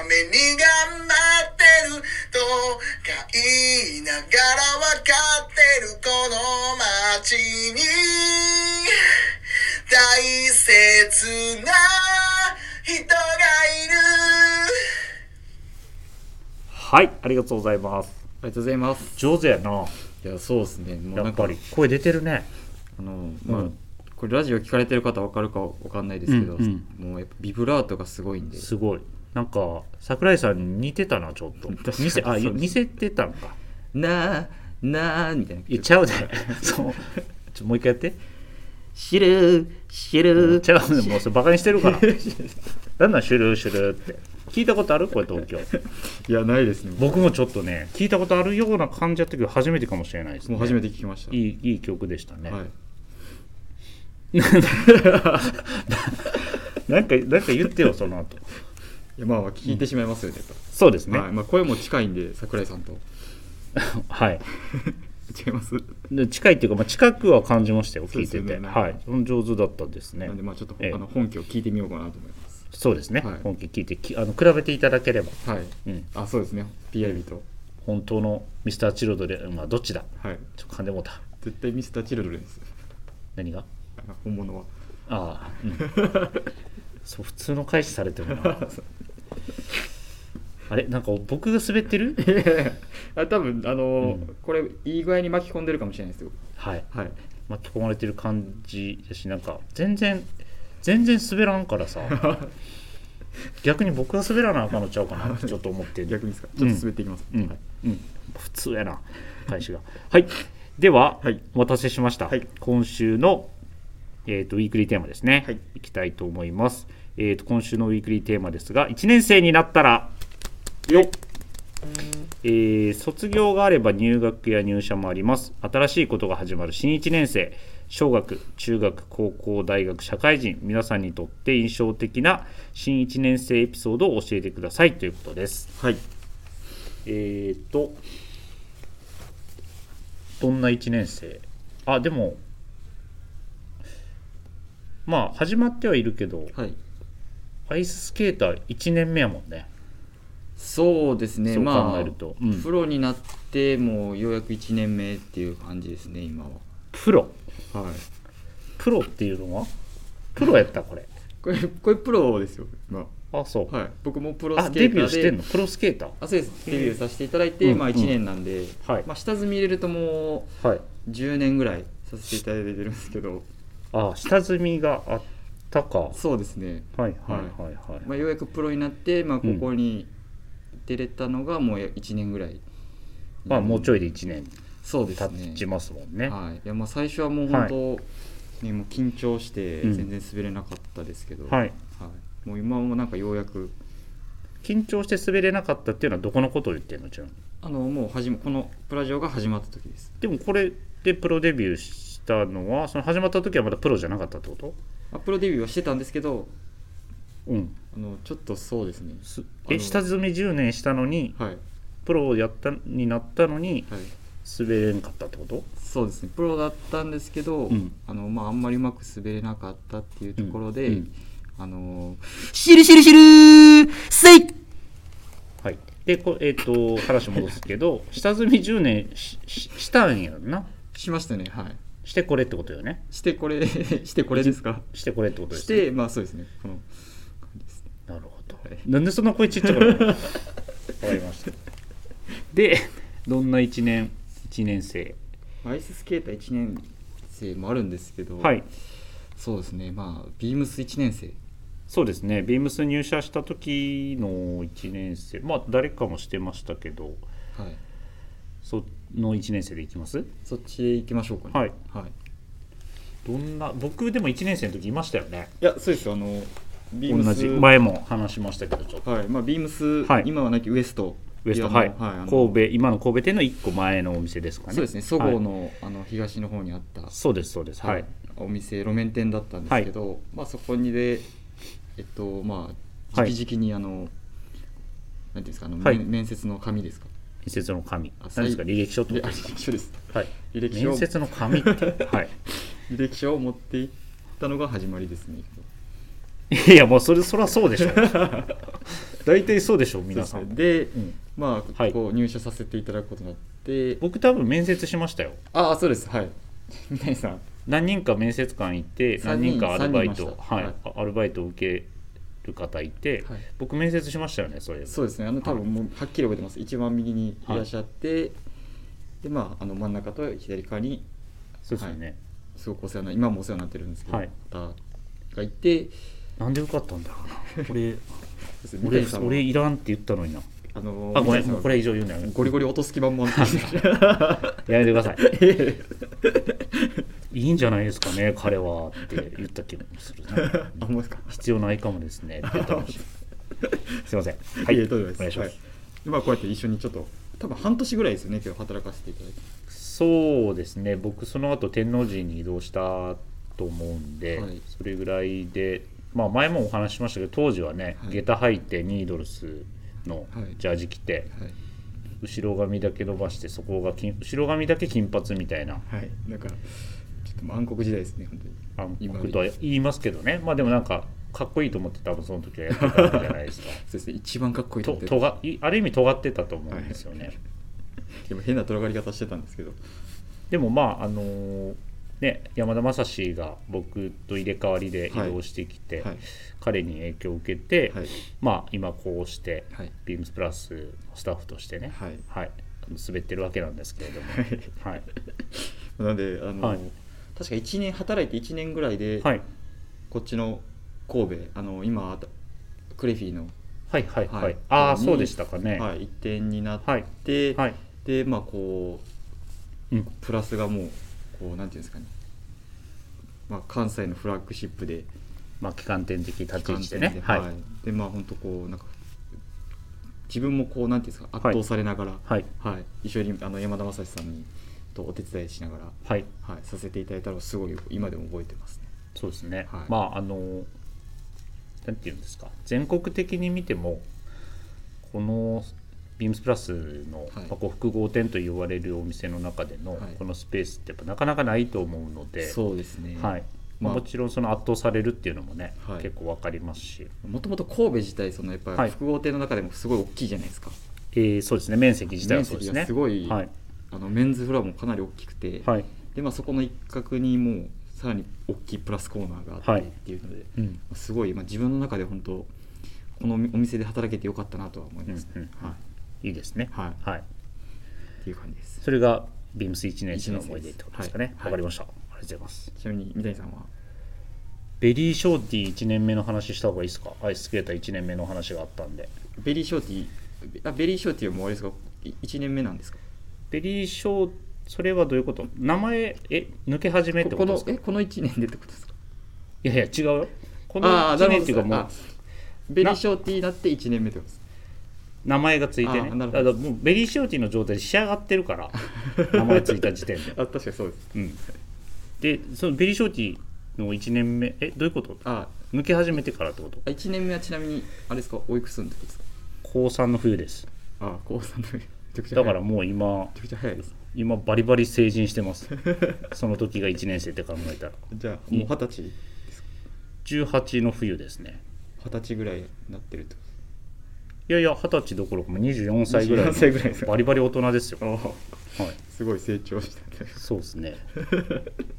Speaker 5: めに頑張ってるとか言いながら分かってるこの街に大切な人がいる
Speaker 1: はいありがとうございます
Speaker 2: ありがとうございます
Speaker 1: 上手やない
Speaker 2: やそうですねもう
Speaker 1: や
Speaker 2: な
Speaker 1: っ
Speaker 2: んか
Speaker 1: ぱり声出てるね
Speaker 2: あのまあ、
Speaker 1: うん
Speaker 2: これラジオ聞かれてる方わかるかわかんないですけど、
Speaker 1: うん
Speaker 2: もうやっぱビブラートがすごいんです
Speaker 1: ごいなんか桜井さんに似てたなちょっと
Speaker 2: 確かに
Speaker 1: 似せあ
Speaker 2: そうです
Speaker 1: 似せてたんか
Speaker 2: なあなあみたいない
Speaker 1: やち ゃうでそうちょもう一回やって
Speaker 3: シルー、シルー。
Speaker 1: ちゃうでもうそれバカにしてる からなんなんシュルーシュルーって聞いたことあるこれ東京
Speaker 2: いやないですねも
Speaker 1: 僕もちょっとね聞いたことあるような感じやったけど初めてかもしれないです
Speaker 2: う
Speaker 1: ね
Speaker 2: 初めて聞きました
Speaker 1: いいいい曲でしたね、
Speaker 2: はい、
Speaker 1: なんかなんか言ってよその後
Speaker 2: いやまあ聞いてしまいますよね、やっぱ
Speaker 1: そうですね
Speaker 2: はいまあ、声も近いんで桜井さんと
Speaker 1: はい
Speaker 2: 違います
Speaker 1: で近いっていうか、まあ、近くは感じましたよ
Speaker 2: そ
Speaker 1: 聞
Speaker 2: うで
Speaker 1: い
Speaker 2: す
Speaker 1: て
Speaker 2: よね
Speaker 1: て、はい上手だったですね
Speaker 2: なんでまあちょっと、
Speaker 1: ええ
Speaker 2: あの本家を聞いてみようかなと思います
Speaker 1: そうですね、
Speaker 2: はい
Speaker 1: 本家聞いてきあの比べていただければ、
Speaker 2: はい
Speaker 1: うん、
Speaker 2: あそうですね PIB と
Speaker 1: 本当のミスターチルドレンはどっちだ
Speaker 2: はい
Speaker 1: ちょっと噛んでもうた
Speaker 2: 絶対ミス ターチルドレンです
Speaker 1: 何が
Speaker 2: あ本物は
Speaker 1: ああ、うんそう普通の返しされてもなあれなんか僕が滑ってる
Speaker 2: あ多分あのー
Speaker 1: うん
Speaker 2: これいい具合に巻き込んでるかもしれないですよ
Speaker 1: はい
Speaker 2: はい
Speaker 1: 巻き込まれてる感じだしなんか全然全然滑らんからさ逆に僕が滑らなあかんのちゃうかなってちょっと思って
Speaker 2: 逆にですかちょっと滑っていきます、
Speaker 1: うん
Speaker 2: はい、
Speaker 1: うん、普通やな返しがはいでは、
Speaker 2: はい
Speaker 1: お待たせしました、
Speaker 2: はい
Speaker 1: 今週の、えー、とウィークリーテーマですね、
Speaker 2: はい
Speaker 1: い、きたいと思います、えー、と今週のウィークリーテーマですが1年生になったら
Speaker 2: よっ
Speaker 1: えー卒業があれば入学や入社もあります新しいことが始まる新1年生小学中学高校大学社会人皆さんにとって印象的な新1年生エピソードを教えてくださいということです
Speaker 2: はい
Speaker 1: えー、とどんな1年生あでもまあ始まってはいるけど
Speaker 2: はい
Speaker 1: アイススケーター1年目やもんね
Speaker 2: そうですね
Speaker 1: そう
Speaker 2: ま
Speaker 1: 考
Speaker 2: あ
Speaker 1: えるとうん
Speaker 2: プロになってもうようやく1年目っていう感じですね今は
Speaker 1: プロ
Speaker 2: はい
Speaker 1: プロっていうのはプロやったこれ
Speaker 2: これこれプロですよ今
Speaker 1: あそう、
Speaker 2: はい僕もプロ
Speaker 1: あ
Speaker 2: スケ
Speaker 1: デ
Speaker 2: ーター
Speaker 1: ビュ
Speaker 2: で
Speaker 1: ーしてんのプロスケータ
Speaker 2: あそうですデビューさせていただいて、
Speaker 1: うん
Speaker 2: まあ
Speaker 1: うん
Speaker 2: 1年なんで、
Speaker 1: はい
Speaker 2: まあ、下積み入れるとも
Speaker 1: ーはいう
Speaker 2: 10年ぐらいさせていただいてるんですけど
Speaker 1: あ下積みがあったかはい
Speaker 2: そうですね、
Speaker 1: はいはいはい、
Speaker 2: まあ、ようやくプロになって、まあ、こ
Speaker 1: うん
Speaker 2: こに出れたのがもう1年ぐらい、
Speaker 1: まあもうちょい
Speaker 2: で
Speaker 1: で1年
Speaker 2: そうですね
Speaker 1: 経ちますもんねは
Speaker 2: はい、いやまあ最初はもう本当、ね、もう緊張して
Speaker 1: うん
Speaker 2: 全然滑れなかったですけど、
Speaker 1: い、
Speaker 2: はいもう今はもうなんかようやく
Speaker 1: 緊張して滑れなかったっていうのはどこのことを言ってんのちなみに
Speaker 2: あのもう始めこのプラジオが始まった時です
Speaker 1: でもこれでプロデビューしたのはその始まった時はまだプロじゃなかったってこと
Speaker 2: まあプロデビューはしてたんですけど
Speaker 1: うん
Speaker 2: あのちょっとそうですね
Speaker 1: す
Speaker 2: あ
Speaker 1: え
Speaker 2: の
Speaker 1: 下積み10年したのに
Speaker 2: はいはい
Speaker 1: プロをやったになったのに滑れんかったってこと
Speaker 2: そうですねプロだったんですけど、
Speaker 1: うん
Speaker 2: あのまああんまりうまく滑れなかったっていうところで、
Speaker 1: うんうん
Speaker 2: あの
Speaker 3: しるしるしるせい
Speaker 1: はいでこえっ、と話戻すけ ど下積み10年しししたんやんな
Speaker 2: しましたねはい
Speaker 1: してこれってことよね
Speaker 2: してこれ してこれですか
Speaker 1: してこれってことで
Speaker 2: し
Speaker 1: すね
Speaker 2: てまあそうですねこの感じです
Speaker 1: なるほど、
Speaker 2: はい
Speaker 1: なんでそんな声ちっちゃくな るのわかりましたでどんな1年1年生
Speaker 2: アイススケーター1年生もあるんですけど、
Speaker 1: はい
Speaker 2: そうですねまあビームス1年生
Speaker 1: そうですね、ビームス入社した時の1年生、まあ、誰かもしてましたけど、
Speaker 2: はい
Speaker 1: その1年生でいきます
Speaker 2: そっちへ行きましょうかね
Speaker 1: はい、
Speaker 2: はい、
Speaker 1: どんな、僕でも1年生の時いましたよね、
Speaker 2: いやそうですよあのビームス
Speaker 1: 同じ、前も話しましたけど、ちょっと、
Speaker 2: はいまあ、ビームス、
Speaker 1: はい
Speaker 2: 今はなきウエスト
Speaker 1: ウエスト、
Speaker 2: いや
Speaker 1: はい、
Speaker 2: あのあの
Speaker 1: 神戸、今の神戸店の1個前のお店ですかね、
Speaker 2: そうですね、そごう
Speaker 1: はい
Speaker 2: の,、あの東の方にあった、
Speaker 1: そうです、そうです、はい、
Speaker 2: お店、路面店だったんですけど、まあ、そこにで、えっと、まあ、
Speaker 1: はい
Speaker 2: 直々にあの、なんていうんですか、あの、
Speaker 1: はい
Speaker 2: 面面接の紙ですか。
Speaker 1: 面接の紙、
Speaker 2: あ
Speaker 1: 何ですか、
Speaker 2: 最
Speaker 1: 履歴書って
Speaker 2: で
Speaker 1: こ
Speaker 2: あ
Speaker 1: とで
Speaker 2: 履
Speaker 1: すか、
Speaker 2: 歴書です。
Speaker 1: はい、
Speaker 2: 履歴書
Speaker 1: 面接の紙って、はい、
Speaker 2: 履歴書を持っていったのが始まりですね。
Speaker 1: いや、もうそれ、そりゃそうで しょ、大体そうでしょ、皆さ。
Speaker 2: そうんですね
Speaker 1: う
Speaker 2: で、
Speaker 1: ん
Speaker 2: まあ、
Speaker 1: はい
Speaker 2: こう入社させていただくことになって、
Speaker 1: 僕多分面接しましたよ
Speaker 2: ああ、そうです、はい。 皆さん、
Speaker 1: 何人か面接官いて
Speaker 2: 三
Speaker 1: 何
Speaker 2: 人
Speaker 1: 人かアルバイ
Speaker 2: 三人い
Speaker 1: ト
Speaker 2: ました
Speaker 1: はい、
Speaker 2: はい
Speaker 1: あアルバイトを受ける方いて、
Speaker 2: はい
Speaker 1: 僕面接しましたよねそれ
Speaker 2: そうですね、あの多分もうはっきり覚えてます、一番右にいらっしゃって、で、まあ、あの真ん中と左側に、
Speaker 1: そうですよね、
Speaker 2: すごくお世話にな今もお世話になってるんですけど、
Speaker 1: はい
Speaker 2: 方がいて
Speaker 1: なんで受かったんだろうな俺
Speaker 2: 三
Speaker 1: 俺
Speaker 2: 谷さんは
Speaker 1: 俺いらんって言ったのにな
Speaker 2: あの
Speaker 1: あごめ
Speaker 2: 三谷さ
Speaker 1: ん
Speaker 2: は
Speaker 1: もうこれ以上言うのやめ
Speaker 2: ゴリゴリ音すき版もあって
Speaker 1: やめてくだ さいいいんじゃないですかね彼はって言った気もするな
Speaker 2: あほんまですか
Speaker 1: 必要ないかもですねって言ったかもしれ ないすいませんはい
Speaker 2: え
Speaker 1: い
Speaker 2: とんで
Speaker 1: お
Speaker 2: もな
Speaker 1: 願いします、
Speaker 2: はいでまあこうやって一緒にちょっと多分半年ぐらいですよね今日働かせていただいて
Speaker 1: そうですね僕その後天王寺に移動したと思うんで、
Speaker 2: はい
Speaker 1: それぐらいで、まあ、前もお話ししましたけど当時はね、
Speaker 2: はい
Speaker 1: 下駄履いてニードルスの
Speaker 2: はい
Speaker 1: ジャージ着て、
Speaker 2: は、
Speaker 1: 後ろ髪だけ伸ばしてそこが金後ろ髪だけ金髪みたいない
Speaker 2: はい、なんかちょっともう暗黒時代ですね本当に
Speaker 1: 暗
Speaker 2: 今
Speaker 1: 黒とは言いますけどねまあでもなんかかっこいいと思って多分その時はやってたわけじゃないですか
Speaker 2: そうですね一番かっこいいと
Speaker 1: と
Speaker 2: 思って
Speaker 1: とがいある意味尖ってたと思うんですよね、
Speaker 2: はいでも変なとがり方してたんですけど
Speaker 1: でもまああのーね山田正史が僕と入れ替わりで移動してきて、
Speaker 2: はい
Speaker 1: 彼に影響を受けて、
Speaker 2: はい
Speaker 1: まあ今こうして、
Speaker 2: はい
Speaker 1: ビームスプラスのスタッフとしてね、
Speaker 2: はい
Speaker 1: あの滑ってるわけなんですけれども、はい
Speaker 2: なのであの、
Speaker 1: はい
Speaker 2: 確か1年働いて1年ぐらいで、
Speaker 1: はい、
Speaker 2: こっちの神戸あの今あとクレフィーの、
Speaker 1: はいはいはい
Speaker 2: はい
Speaker 1: ああ
Speaker 2: に
Speaker 1: そうでしたかね
Speaker 2: はい、一点になって、
Speaker 1: はいはい
Speaker 2: でまあこう、
Speaker 1: うん
Speaker 2: プラスがもうこうなんていうんですかね、まあ、関西のフラッグシップで
Speaker 1: まあ期間点的立ち位置で
Speaker 2: 観点
Speaker 1: ね
Speaker 2: で
Speaker 1: はい、
Speaker 2: は
Speaker 1: はい
Speaker 2: い、でまあ本当こうなんか自分もこうなんていうんですか圧倒されながら、
Speaker 1: はい
Speaker 2: はい、一緒にあの山田正史さんにとお手伝いしながら、はい、させていただいたのをすごい今でも覚えてますね。
Speaker 1: そうですね、
Speaker 2: はい
Speaker 1: まああのーなんていうんですか全国的に見てもこのビームスプラスの、
Speaker 2: はい
Speaker 1: まあ、こう複合店と言われるお店の中での、
Speaker 2: はい
Speaker 1: このスペースってやっぱなかなかないと思うので
Speaker 2: そうですね、
Speaker 1: はいまあ、
Speaker 2: まあ
Speaker 1: もちろんその圧倒されるっていうのもね、
Speaker 2: はい
Speaker 1: 結構わかりますし、
Speaker 2: もともと神戸自体そのやっぱ
Speaker 1: はい
Speaker 2: り複合店の中でもすごい大きいじゃないですか、
Speaker 1: えーそうですね面積自体はそうですね
Speaker 2: 面積がすごい
Speaker 1: はい
Speaker 2: あのメンズフロアもかなり大きくて、
Speaker 1: はい
Speaker 2: でまあ、そこの一角にもうさらに大きいプラスコーナーがあ
Speaker 1: は
Speaker 2: っ
Speaker 1: い
Speaker 2: てっていうので、
Speaker 1: うん
Speaker 2: すごい、まあ、自分の中で本当このお店で働けてよかったなとは思いますね、
Speaker 1: うんうん
Speaker 2: はい、
Speaker 1: いいですね
Speaker 2: はい
Speaker 1: はい、
Speaker 2: っていう感じです
Speaker 1: それがビームス1年生の思い出ってことですかね
Speaker 2: 一年生です
Speaker 1: わ、
Speaker 2: はい
Speaker 1: かりました、ありがとうございます
Speaker 2: ちなみに三谷さんは
Speaker 1: ベリーショーティー1年目の話した方がいいですかアイススケーター1年目の話があったんで
Speaker 2: ベリーショーティーベあベリーショーティーはもうあれですか1年目なんですか
Speaker 1: ベリーショーそれはどういうこと名前え抜け始めって
Speaker 2: こ
Speaker 1: こ
Speaker 2: こと
Speaker 1: で
Speaker 2: の
Speaker 1: すか
Speaker 2: えこの1年でってことですか
Speaker 1: いやいや違うよこの
Speaker 2: ああな
Speaker 1: 1
Speaker 2: る
Speaker 1: 年っ
Speaker 2: ほ
Speaker 1: ていう
Speaker 2: ど
Speaker 1: かもう
Speaker 2: あベリーショーティーだって1年目ってことです
Speaker 1: 名前がついてね
Speaker 2: あーなるほ
Speaker 1: だ
Speaker 2: ど
Speaker 1: からもうベリーショーティーの状態で仕上がってるから名前ついた時点で
Speaker 2: あ確かにそうです
Speaker 1: うんでそのベリーショーティーの1年目えどういうこと
Speaker 2: あ
Speaker 1: 抜け始めてからってこと
Speaker 2: あ1年目はちなみにあれですかおいくつの時ですか
Speaker 1: 高3の冬です
Speaker 2: ああ高3の時めちゃくちゃ
Speaker 1: だか
Speaker 2: 早い
Speaker 1: らもう今
Speaker 2: めちゃくちゃ早いです
Speaker 1: 今バリバリ成人してます その時が1年生って考えたら
Speaker 2: じゃあもう二十歳二
Speaker 1: 18の冬ですね
Speaker 2: 十歳ぐらいになってるってこ
Speaker 1: いやいや二十歳どころかもう24歳ぐらいの
Speaker 2: 24歳ぐらいです
Speaker 1: バリバリ大人ですよ、はい、
Speaker 2: とすごい成長したね
Speaker 1: そうですね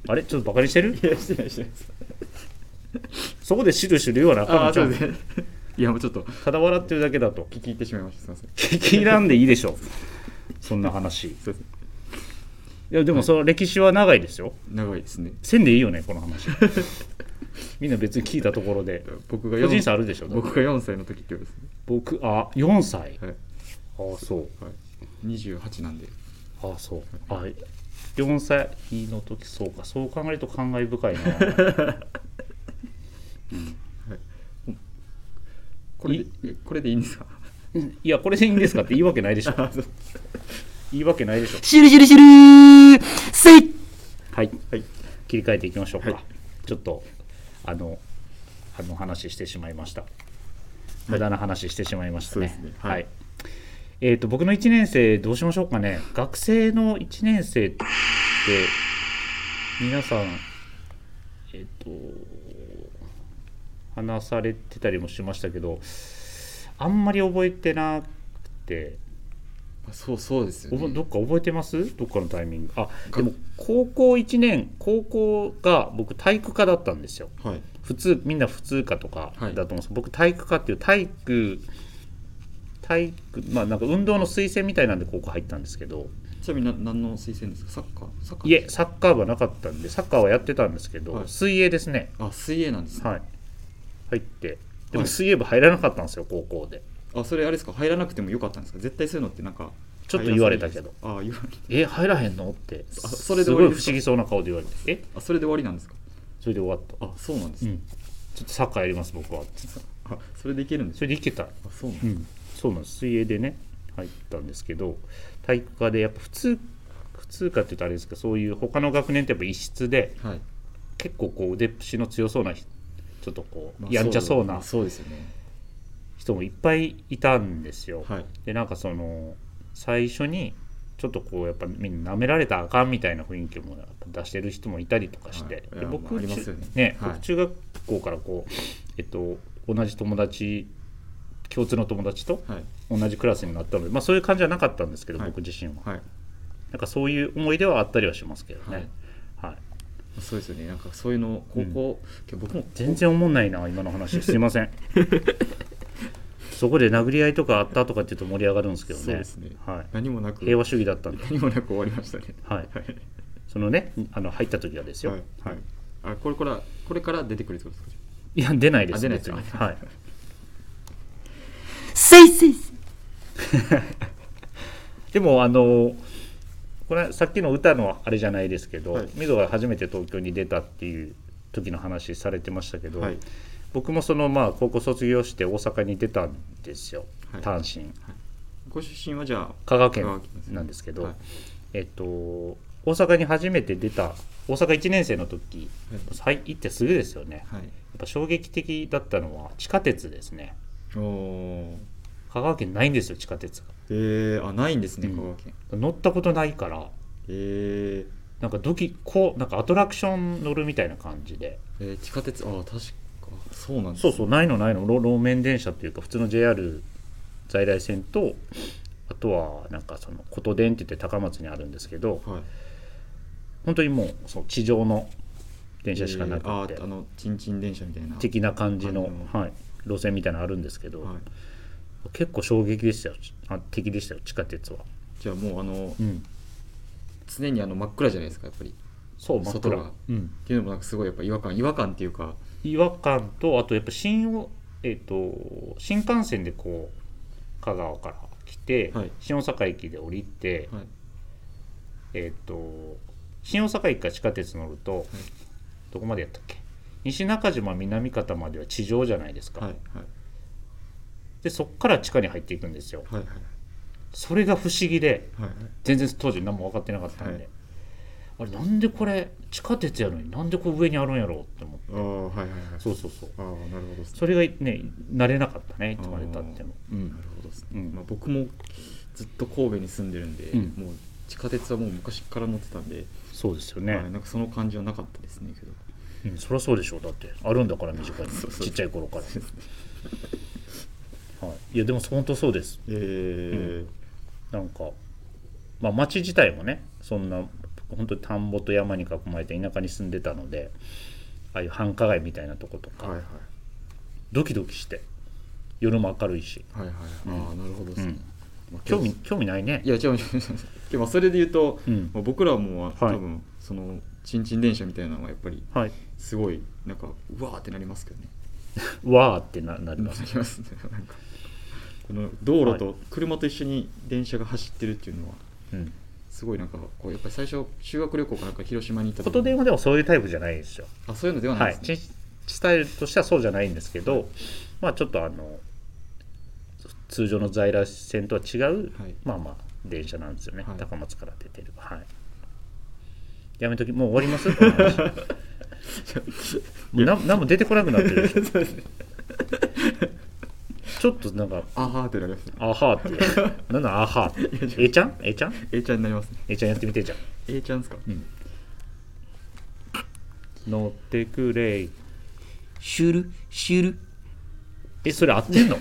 Speaker 1: あれちょっとバカに してる
Speaker 2: いやしてないしてないです
Speaker 1: そこでシュルシュル言わなあ
Speaker 2: あ
Speaker 1: か
Speaker 2: あ
Speaker 1: んじ
Speaker 2: そ
Speaker 1: ゃ
Speaker 2: うんですねいやもうちょっと
Speaker 1: ただ笑ってるだけだと
Speaker 2: 聞き入ってしまいましたすいません
Speaker 1: 聞きらんでいいでしょそんな話い
Speaker 2: そうですね
Speaker 1: やでもその歴史は長いですよ
Speaker 2: 長いですね
Speaker 1: せんでいいよねこの話みんな別に聞いたところで
Speaker 2: 僕が
Speaker 1: 個
Speaker 2: 四
Speaker 1: 人差あるでしょ
Speaker 2: 僕が4歳の時ってことですね
Speaker 1: 僕あ4歳
Speaker 2: はい
Speaker 1: あそう
Speaker 2: はい28なんで
Speaker 1: あそうあ4歳の時そうかそう考えると感慨深いな
Speaker 2: これでえこれでいいんですか
Speaker 1: いやこれでいいんですかって言い訳ないでしょ
Speaker 2: そう
Speaker 1: 言い訳ないでしょ
Speaker 3: しるしるしるーせい
Speaker 1: はい
Speaker 2: はい
Speaker 1: 切り替えていきましょうか、
Speaker 2: はい
Speaker 1: ちょっとあのあの話してしまいました無駄な話してしまいましたね,、
Speaker 2: そうですね
Speaker 1: はい、
Speaker 2: はい
Speaker 1: えっ、と僕の1年生どうしましょうかね学生の1年生って皆さんえっ、と話されてたりもしましたけどあんまり覚えてなくて
Speaker 2: あそうそうですよ
Speaker 1: おぼ
Speaker 2: ね
Speaker 1: どっか覚えてますどっかのタイミングあ
Speaker 2: が
Speaker 1: でも高校1年高校が僕体育科だったんですよ
Speaker 2: はい
Speaker 1: 普通みんな普通科とかだと
Speaker 2: は
Speaker 1: 思う
Speaker 2: い
Speaker 1: んです、僕体育科っていう体育体育まあなんか運動の推薦みたいなんで高校入ったんですけど
Speaker 2: ちなみにな何の推薦ですかサッカーサッカー
Speaker 1: いえサッカー部はなかったんでサッカーはやってたんですけど、
Speaker 2: はい
Speaker 1: 水泳ですね
Speaker 2: あ水泳なんですね
Speaker 1: はい入ってでも
Speaker 2: はい
Speaker 1: 水泳部入らなかったんですよ高校で
Speaker 2: あそれあれですか入らなくてもよかったんですか絶対そういうのってなんか
Speaker 1: ちょっと言われたけど
Speaker 2: あ言われた
Speaker 1: え入らへんのって
Speaker 2: あ
Speaker 1: す
Speaker 2: そ
Speaker 1: ごい
Speaker 2: れで
Speaker 1: 不
Speaker 2: 終わり
Speaker 1: 思
Speaker 2: ですか
Speaker 1: 議そうな顔で言われてえ
Speaker 2: あそれで終わりなんですか
Speaker 1: それで終わった
Speaker 2: あそうなんです、
Speaker 1: う
Speaker 2: ね
Speaker 1: ん、ちょっとサッカーやります僕は
Speaker 2: あそれでいけるんです
Speaker 1: それでいけた、
Speaker 2: あそうなん
Speaker 1: う
Speaker 2: です、
Speaker 1: ん、そうなんです水泳でね入ったんですけど体育科でやっぱ普通普通科って言うとあれですけどそういう他の学年ってやっぱ異質で
Speaker 2: はい、
Speaker 1: 結構こう腕っぷしの強そうな人ちょっとこう
Speaker 2: まあ
Speaker 1: やんちゃそう
Speaker 2: ま
Speaker 1: な
Speaker 2: あそうですよね
Speaker 1: 人もいっぱいいたんですよ、
Speaker 2: はい
Speaker 1: でなんかその最初にちょっとこうやっぱみんな舐められたらあかんみたいな雰囲気もやっぱ出してる人もいたりとかして、
Speaker 2: はいい
Speaker 1: で
Speaker 2: や
Speaker 1: 僕
Speaker 2: まああり
Speaker 1: ち
Speaker 2: ますよね
Speaker 1: ね
Speaker 2: はい
Speaker 1: 僕中学校からこう、えっと、同じ友達共通の友達と
Speaker 2: はい
Speaker 1: 同じクラスになったので、まあ、そういう感じはなかったんですけど、
Speaker 2: はい
Speaker 1: 僕自身は、
Speaker 2: はい
Speaker 1: なんかそういう思い出はあったりはしますけどね、はい
Speaker 2: そうですよねなんかそういうの高校、けど僕も
Speaker 1: 全然思んないな今の話すいません そこで殴り合いとかあったとかって言うと盛り上がるんですけどね
Speaker 2: そうですね
Speaker 1: はい、
Speaker 2: 何もなく
Speaker 1: 平和主義だったんで
Speaker 2: 何もなく終わりましたね
Speaker 1: はいそのねあの入った時はですよ、
Speaker 2: はい、はい、あこれからこれから出てくるってことですか
Speaker 1: いや出ないです
Speaker 2: あ出ないです
Speaker 1: 別
Speaker 2: か
Speaker 1: にはい
Speaker 3: せいせいせい
Speaker 1: でもあのこれさっきの歌のあれじゃないですけど、
Speaker 2: はい
Speaker 1: ミドが初めて東京に出たっていう時の話されてましたけど、
Speaker 2: はい
Speaker 1: 僕もそのまあ高校卒業して大阪に出たんですよ、
Speaker 2: はい
Speaker 1: 単身
Speaker 2: ご出身はじゃあ
Speaker 1: 香川
Speaker 2: 香
Speaker 1: 県
Speaker 2: 川県ですね
Speaker 1: なんですけど、
Speaker 2: はい
Speaker 1: えっと大阪に初めて出た大阪1年生の時、はい、行ってすぐですよね、やっ
Speaker 2: はい
Speaker 1: ぱ衝撃的だったのは地下鉄ですね
Speaker 2: おお
Speaker 1: 香川県ないんですよ地下鉄が
Speaker 2: えー、あないんですね
Speaker 1: うん
Speaker 2: 香川県、
Speaker 1: 乗ったことないから
Speaker 2: えー
Speaker 1: なんかドキこうなんかアトラクション乗るみたいな感じで
Speaker 2: えー地下鉄ああ確かそうなんです
Speaker 1: そうそうないのないの路路面電車っていうか普通の JR 在来線とあとはなんかその琴電って言って高松にあるんですけど
Speaker 2: はい
Speaker 1: 本当にもうその地上の電車しかなくて、
Speaker 2: えーあーあのチンチン電車みたいな
Speaker 1: 的な感じの、
Speaker 2: あの
Speaker 1: はい、路線みたいなのあるんですけど、
Speaker 2: はい
Speaker 1: 結構衝撃でしたよあ敵でしたよ地下鉄は、
Speaker 2: じゃあもうあの
Speaker 1: うん、
Speaker 2: 常にあの真っ暗じゃないですかやっぱり
Speaker 1: そう真っ
Speaker 2: 外
Speaker 1: 暗
Speaker 2: が
Speaker 1: うん、
Speaker 2: っていうのもなんかすごいやっぱ違和感違和感っていうか
Speaker 1: 違和感とあとやっぱ新を、えっと新幹線でこう香川から来て、
Speaker 2: はい
Speaker 1: 新大阪駅で降りて、
Speaker 2: はい
Speaker 1: えっと新大阪駅から地下鉄乗ると、どこまでやったっけ西中島南方までは地上じゃないですか、
Speaker 2: はい
Speaker 1: でそこから地下に入っていくんですよ
Speaker 2: はいはい
Speaker 1: それが不思議で
Speaker 2: はいはい
Speaker 1: 全然当時何も分かってなかったんで、
Speaker 2: はい
Speaker 1: あれなんでこれ地下鉄やのになんでこう上にあるんやろうって思って
Speaker 2: ああはいはいはい
Speaker 1: そうそうそう
Speaker 2: ああなるほどですね
Speaker 1: それがね慣れなかったねいつまでたっても
Speaker 2: うんなるほどですね、
Speaker 1: うん
Speaker 2: まあ、僕もずっと神戸に住んでるんで、
Speaker 1: うん
Speaker 2: もう地下鉄はもう昔から乗ってたんで、
Speaker 1: そうですよね、
Speaker 2: はいなんかその感じはなかったですねけど
Speaker 1: うん、そりゃそうでしょうだってあるんだから身近に
Speaker 2: そうそう
Speaker 1: ちっちゃい頃から、はい、いやでも本当そうです
Speaker 2: えー
Speaker 1: なんか、まあ、町自体もねそんな本当に田んぼと山に囲まれて田舎に住んでたのでああいう繁華街みたいなとことか、
Speaker 2: はいはい
Speaker 1: ドキドキして夜も明るいし
Speaker 2: はいはいああなるほどです
Speaker 1: う
Speaker 2: ね、
Speaker 1: ん
Speaker 2: まあ
Speaker 1: 興味興味ないね
Speaker 2: いや違う違う違う でもそれで言うと、
Speaker 1: うん
Speaker 2: まあ、僕らもは多
Speaker 1: はい
Speaker 2: 分そのちんちん電車みたいなのはやっぱり
Speaker 1: はい
Speaker 2: すごいなんかうわーってなりますけどね
Speaker 1: わーってななり
Speaker 2: な
Speaker 1: ま
Speaker 2: り
Speaker 1: す
Speaker 2: ますねなんかこの道路と車と一緒に電車が走ってるっていうのは
Speaker 1: うん
Speaker 2: すごいなんかこうやっぱり最初修学旅行かなんか広島に行った
Speaker 1: こと電話でもそういうタイプじゃないですよ
Speaker 2: あそういうのではな
Speaker 1: はいい、
Speaker 2: で
Speaker 1: チ
Speaker 2: す
Speaker 1: ン
Speaker 2: ね、
Speaker 1: スタイルとしてはそうじゃないんですけど、まあちょっとあの通常の在来線とは違う、
Speaker 2: はい
Speaker 1: まあまあ電車なんですよね、
Speaker 2: はい
Speaker 1: 高松から出てるはいやめときもう終わり ますこの話もうな何も出てこなくなって るでしょちょっとなんか
Speaker 2: あはーってなりますね
Speaker 1: 「アハー」っていうなんだ「アハー」って A ちゃん ?A ちゃん
Speaker 2: A ちゃんになりますね
Speaker 1: ?A ちゃんやってみてじゃん
Speaker 2: A ちゃんですか、
Speaker 1: 乗ってくれい
Speaker 3: シュルシュル
Speaker 1: えそれ合ってんの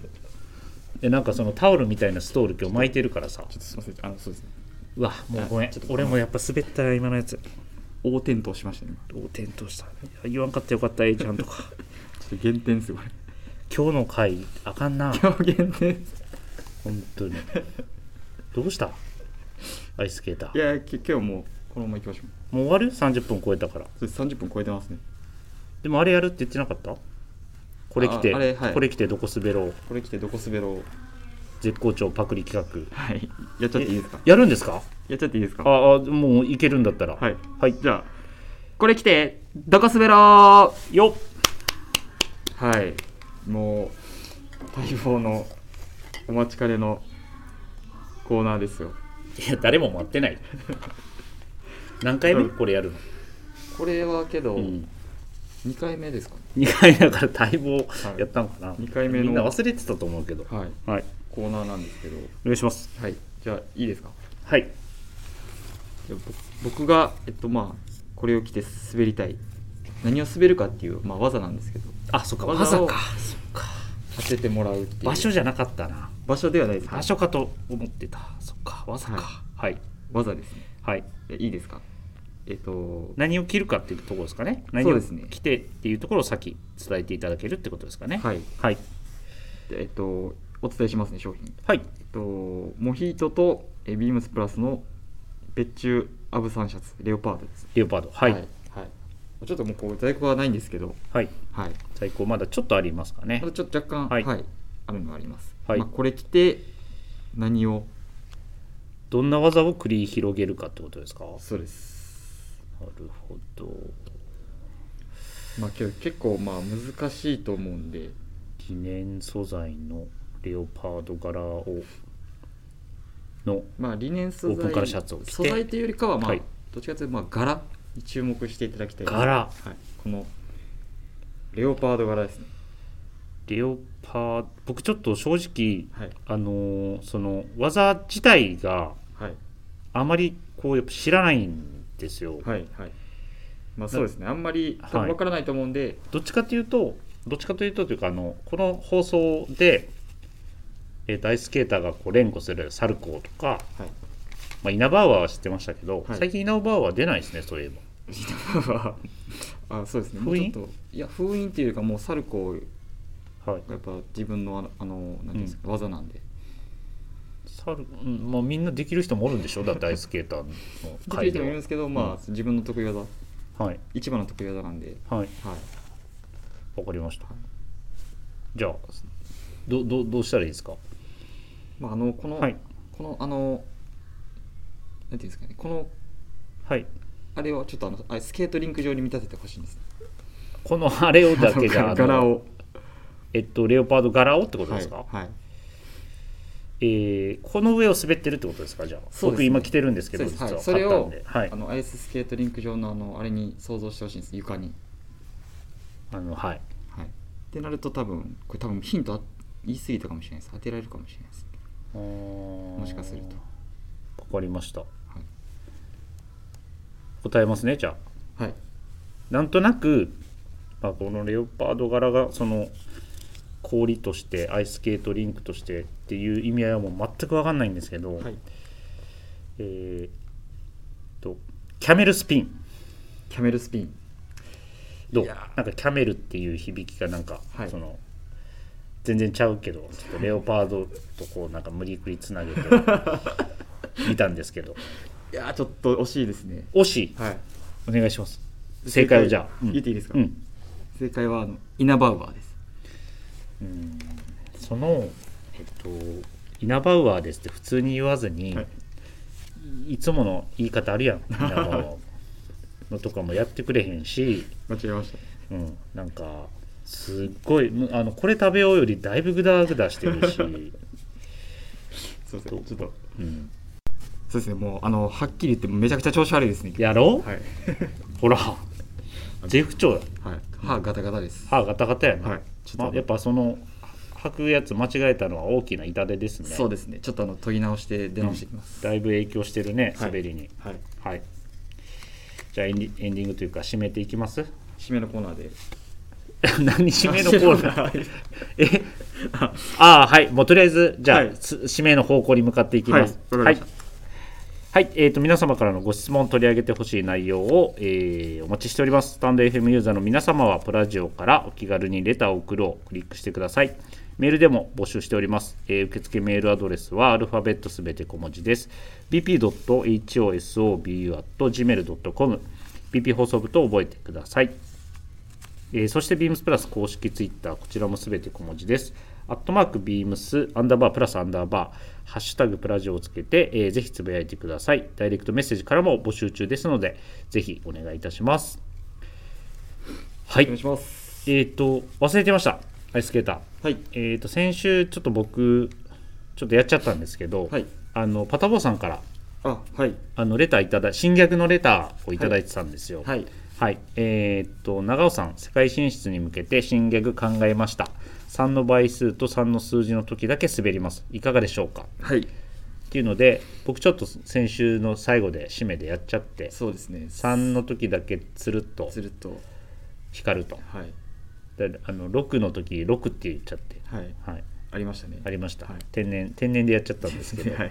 Speaker 1: えなんかそのタオルみたいなストール今日巻いてるからさ
Speaker 2: ちょっとすいませんあのそうですね
Speaker 1: うわもうごめん
Speaker 2: あちょっと
Speaker 1: 俺もやっぱ滑ったよ今のやつ
Speaker 2: 大転倒しましたね今
Speaker 1: お転倒したいや言わんかったよかった A ちゃんとか
Speaker 2: ちょっと減点ですよこれ
Speaker 1: 今日の回あかんな
Speaker 2: 今日減点です
Speaker 1: 本当にどうしたアイススケータ
Speaker 2: い
Speaker 1: ー
Speaker 2: やき今日はもうこのまま行きましょう
Speaker 1: もう終わる30分超えたから
Speaker 2: そうです30分超えてますね
Speaker 1: でもあれやるって言ってなかったこれ来て
Speaker 2: ああれはい
Speaker 1: これ来てどこ滑ろう
Speaker 2: これ来てどこ滑ろう
Speaker 1: 絶好調パクリ企画
Speaker 2: はいやっちゃっていいですか
Speaker 1: やるんですか
Speaker 2: やっちゃっていいですか
Speaker 1: ああもういけるんだったら
Speaker 2: はい
Speaker 1: はい
Speaker 2: じゃあこれ来てどこ滑ろう
Speaker 1: よっ
Speaker 2: はいもう待望のお待ちかねのコーナーですよ
Speaker 1: いや誰も待 ってない何回目
Speaker 2: うん
Speaker 1: これやるの、
Speaker 2: これはけど、
Speaker 1: う
Speaker 2: 2回目ですかね
Speaker 1: 2回だから待望やったのかな、
Speaker 2: 二回目の
Speaker 1: みんな忘れてたと思うけど
Speaker 2: はい
Speaker 1: はい
Speaker 2: コーナーなんですけど
Speaker 1: お願いします
Speaker 2: はいじゃあいいですか
Speaker 1: はい
Speaker 2: でぼ僕が、えっとまあ、これを着て滑りたい何を滑るかっていう、まあ、技なんですけど
Speaker 1: あそっか
Speaker 2: 技
Speaker 1: 技
Speaker 2: を
Speaker 1: か
Speaker 2: 当ててもらうっていう
Speaker 1: 場所じゃなかったな
Speaker 2: 場所ではないですね
Speaker 1: 場所かと思ってたそっか技かはい
Speaker 2: 技ですね
Speaker 1: はい
Speaker 2: えいいですかえっと
Speaker 1: 何を着るかっていうところですかね何
Speaker 2: そう
Speaker 1: を
Speaker 2: ですね
Speaker 1: 着てっていうところを先伝えていただけるってことですかね
Speaker 2: はい
Speaker 1: はい
Speaker 2: えっとお伝えしますね商品
Speaker 1: はい
Speaker 2: えっとモヒートとえビームスプラスの別注アブサンシャツレオパードです
Speaker 1: レオパードはい
Speaker 2: はい、はいちょっともうこう在庫はないんですけど
Speaker 1: はい
Speaker 2: はい
Speaker 1: 最高まだちょっとありますかね
Speaker 2: まだちょっと若干、
Speaker 1: は
Speaker 2: はいいあるのがあります、
Speaker 1: はい
Speaker 2: まあ、これ着て何を
Speaker 1: どんな技を繰り広げるかってことですかな
Speaker 2: そうです
Speaker 1: るほど
Speaker 2: まあけど結構まあ難しいと思うんで
Speaker 1: 記念素材のレオパード柄をの
Speaker 2: まあリネン素材
Speaker 1: オープンカラーシャツを着て
Speaker 2: 素材というよりかはまあ、
Speaker 1: はい
Speaker 2: どっちかというとまあ柄に注目していただきたい
Speaker 1: 柄
Speaker 2: はい、このレオパード柄ですね
Speaker 1: レオパード僕ちょっと正直
Speaker 2: はい
Speaker 1: あのーその技自体が
Speaker 2: はい
Speaker 1: あまりこうやっぱ知らないんですよ、
Speaker 2: はいはいまあそうですねあんまり多分わからないと思うんで、
Speaker 1: どっちかというとどっちかというとというかあのこの放送で、えーとアイススケーターがこう連呼するサルコーとか、
Speaker 2: はい
Speaker 1: まあ、イナバウアーは知ってましたけど、
Speaker 2: はい
Speaker 1: 最近イナバウアーは出ないですねそういえば
Speaker 2: あそうですね
Speaker 1: 封印
Speaker 2: もうちょっといや封印っていうかもうサルコー
Speaker 1: はい、
Speaker 2: がやっぱ自分のあのあのなんていうんですか、技なんで
Speaker 1: サルうんまあ、みんなできる人もおるんでしょだってアイススケーターの
Speaker 2: できる
Speaker 1: 会
Speaker 2: 人
Speaker 1: で
Speaker 2: もいるんですけど、まあ自分の得意技
Speaker 1: ははい
Speaker 2: 一番の得意技なんで
Speaker 1: はい
Speaker 2: はい
Speaker 1: わかりましたじゃあどどどうしたらいいですか
Speaker 2: まああのこの、
Speaker 1: はい
Speaker 2: このあのなんていうんですかねこの
Speaker 1: はい
Speaker 2: あれをちょっとあのあれスケートリンク上に見立ててほしいんです
Speaker 1: このあれを だけじゃあの
Speaker 2: 柄を
Speaker 1: えっとレオパード柄をってことですか、
Speaker 2: はい、はい、
Speaker 1: えーこの上を滑ってるってことですかじゃあ、
Speaker 2: そうです
Speaker 1: 僕
Speaker 2: ね
Speaker 1: 今着てるんですけど
Speaker 2: そうです
Speaker 1: 実
Speaker 2: は
Speaker 1: はい買
Speaker 2: それ
Speaker 1: ったん
Speaker 2: を
Speaker 1: で、はい
Speaker 2: あ、のアイススケートリンク上のあのあれに想像してほしいんです床に
Speaker 1: あのはい
Speaker 2: はいってなると多分これ多分ヒントあ言い過ぎたかもしれないです当てられるかもしれないですも
Speaker 1: も
Speaker 2: しかすると
Speaker 1: わかりました
Speaker 2: はい、
Speaker 1: 答えますねじゃあ
Speaker 2: はい、
Speaker 1: なんとなく、まあ、このレオパード柄がその氷としてアイススケートリンクとしてっていう意味合いはもう全く分かんないんですけど、
Speaker 2: はい、
Speaker 1: えーっとキャメルスピン
Speaker 2: キャメルスピン
Speaker 1: どう
Speaker 2: い
Speaker 1: なんか
Speaker 2: や
Speaker 1: キャメルっていう響きがなんか、
Speaker 2: はい
Speaker 1: その全然ちゃうけどちょっとレオパードとこうなんか無理くりつな げて見たんですけど
Speaker 2: いやーちょっと惜しいですね
Speaker 1: 惜しい
Speaker 2: はい
Speaker 1: お願いします正解をじゃあ、うん
Speaker 2: 言っていいですか、
Speaker 1: うん
Speaker 2: 正解はあのイナバウアーです
Speaker 1: そのえっとイナバウアーですって普通に言わずに、、
Speaker 2: はい
Speaker 1: つもの言い方あるやんイナバウアー のとかもやってくれへんし、
Speaker 2: 間違えました
Speaker 1: うん、なんかすっごいむあのこれ食べようよりだいぶグダグダして るし、
Speaker 2: すいませんちょっと
Speaker 1: うん、
Speaker 2: そうですねもうあのはっきり言ってめちゃくちゃ調子悪いですね
Speaker 1: やろう、
Speaker 2: はい
Speaker 1: ほら絶不調だ
Speaker 2: はい歯ガタガタです
Speaker 1: 歯ガタガタやな、
Speaker 2: はいちょっと
Speaker 1: まあ、やっぱその履くやつ間違えたのは大きな痛手ですね
Speaker 2: そうですねちょっとあの研ぎ直して出直してきます、
Speaker 1: だいぶ影響してるね滑りに、
Speaker 2: はい
Speaker 1: はい。じゃあエンディエンディングというか締めていきます。
Speaker 2: 締めのコーナーで
Speaker 1: 何締めのコー ナー。
Speaker 2: ー
Speaker 1: え、 ああはい。もうとりあえずじゃあ、
Speaker 2: はい
Speaker 1: す締めの方向に向かっていきます。
Speaker 2: はいわかりまし
Speaker 1: はい。はいえーと皆様からのご質問取り上げてほしい内容を、えーお待ちしております。スタンド FM ユーザーの皆様はプラジオからお気軽にレターを送るをクリックしてください。メールでも募集しております。えー受付メールアドレスはアルファベットすべて小文字です。bp.hosobu.gmail.com bp 放送部と覚えてください。えーそして beams プラス公式ツイッターこちらもすべて小文字です。アットマーク beams アンダーバープラスアンダーバーハッシュタグプラジオをつけて、えーぜひつぶやいてください。ダイレクトメッセージからも募集中ですのでぜひお願いいたします。は
Speaker 2: お願い
Speaker 1: い。
Speaker 2: します
Speaker 1: えっ、と忘れてました。アイススケーター。
Speaker 2: はい
Speaker 1: えっ、と先週ちょっと僕ちょっとやっちゃったんですけど、
Speaker 2: はい
Speaker 1: あのパタボーさんから
Speaker 2: あはい
Speaker 1: あのレターいただ侵略のレターをいただいてたんですよ。
Speaker 2: はい
Speaker 1: はい、えーっと長尾さん世界進出に向けて新ギャグ考えました3の倍数と3の数字の時だけ滑りますいかがでしょうか
Speaker 2: はい
Speaker 1: っていうので僕ちょっと先週の最後で締めでやっちゃって
Speaker 2: そうですね
Speaker 1: 3の時だけつるっと
Speaker 2: すると
Speaker 1: 光ると
Speaker 2: はい
Speaker 1: であの6の時6って言っちゃって、
Speaker 2: はい
Speaker 1: はい、
Speaker 2: ありましたね
Speaker 1: ありました、
Speaker 2: はい
Speaker 1: 天然天然でやっちゃったんですけど、
Speaker 2: はい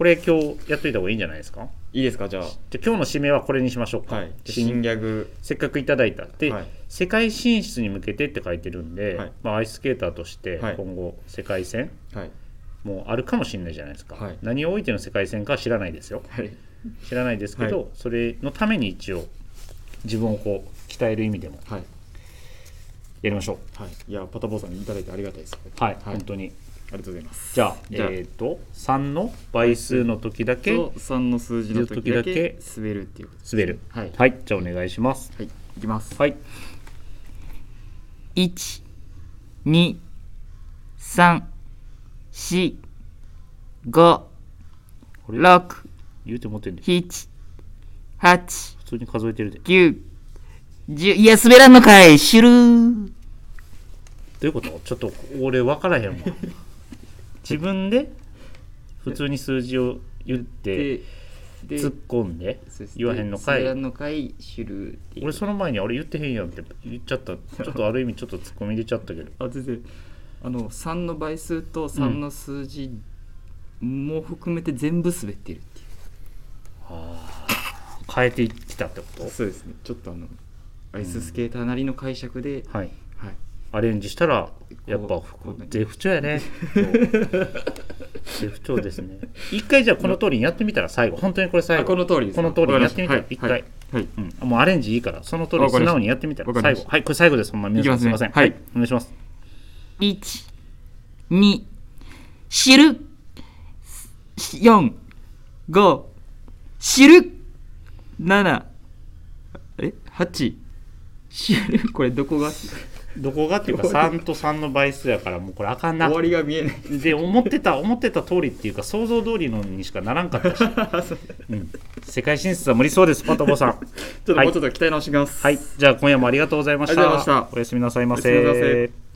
Speaker 1: これ今日やっといた方がいいんじゃないですか
Speaker 2: いいですかじゃあ
Speaker 1: じゃあ今日の締めはこれにしましょうか、
Speaker 2: はい
Speaker 1: 新
Speaker 2: 新ギャグ
Speaker 1: せっかくいただいたで、
Speaker 2: はい
Speaker 1: 世界進出に向けてって書いてるんで、
Speaker 2: はい
Speaker 1: まあ、アイススケーターとして
Speaker 2: はい
Speaker 1: 今後世界戦
Speaker 2: はい
Speaker 1: もあるかもしれないじゃないですか、
Speaker 2: はい
Speaker 1: 何をおいての世界戦かは知らないですよ
Speaker 2: はい
Speaker 1: 知らないですけど、
Speaker 2: はい
Speaker 1: それのために一応自分をこう鍛える意味でも
Speaker 2: はい
Speaker 1: やりましょう
Speaker 2: はいいやパタボーさんにいただいてありがたいです
Speaker 1: はい、
Speaker 2: はい
Speaker 1: 本当に
Speaker 2: ありがとうございます
Speaker 1: じゃあ
Speaker 2: じゃあ
Speaker 1: えっ、と3の倍数の時だけ
Speaker 2: と3の数字の時だ
Speaker 1: 時
Speaker 2: け
Speaker 1: だ
Speaker 2: 滑るっていうことです
Speaker 1: 滑る
Speaker 2: はい
Speaker 1: はい、じゃあお願いします
Speaker 2: はいいきます
Speaker 1: はい
Speaker 3: 一、二、三、四、五、
Speaker 1: これ
Speaker 3: 六、
Speaker 1: 言うて持ってんで
Speaker 3: 七、八、
Speaker 1: 普通に数えてるでど
Speaker 3: 九、十。いや、滑らんのかい。シュルー。
Speaker 1: ういうことちょっと俺分からへんわ 自分で普通に数字を言って
Speaker 2: でで
Speaker 1: 突っ込んで
Speaker 2: そうです
Speaker 1: 言わへんのか
Speaker 2: で言わ
Speaker 1: い
Speaker 2: んのかいシュルーっていう
Speaker 1: 俺その前にあれ言ってへんやんって言っちゃったちょっとある意味ちょっと突っ込み入れちゃったけど
Speaker 2: あ全然あの3の倍数と3の数字も含めて全部滑ってるっていう、
Speaker 1: 変えてきたってこと
Speaker 2: そうですねちょっとあのアイススケーターなりの解釈で、
Speaker 1: はい
Speaker 2: はい
Speaker 1: アレンジしたらやっぱ
Speaker 2: こうこうね
Speaker 1: 絶不調や ね絶不調ですね一回じゃあこの通りにやってみたら最後本当にこれ最
Speaker 2: あ
Speaker 1: 後
Speaker 2: この通りです
Speaker 1: この通りにやってみたら
Speaker 2: わかり
Speaker 1: 一
Speaker 2: ました
Speaker 1: 回、
Speaker 2: はいはい、
Speaker 1: うん、もうアレンジいいからその通り
Speaker 2: わか
Speaker 1: 素
Speaker 2: りました
Speaker 1: 直にやってみたら
Speaker 2: わか
Speaker 1: 最
Speaker 2: りまし
Speaker 1: 後
Speaker 2: た
Speaker 1: はいこれ最後ですほんま皆さん
Speaker 2: いきます
Speaker 1: す
Speaker 2: ね
Speaker 1: いません
Speaker 2: はい
Speaker 1: お願いします
Speaker 3: 一、二、シュル。四、五、シュル。
Speaker 2: 7え8シュルこれどこが
Speaker 1: どこがっていう か3と3の倍数やからもうこれあかんな
Speaker 2: 終わりが見えない
Speaker 1: で思ってた思ってた通りっていうか想像通りのにしかならんか ったし、うん、世界進出は無理そうですパトボさん
Speaker 2: ちょっともうちょっと鍛え直してきます
Speaker 1: はい、じゃあ今夜もありがとうございました。
Speaker 2: ありがとうございました
Speaker 1: おやすみなさいま
Speaker 2: おやすみなさ
Speaker 1: せ
Speaker 2: い。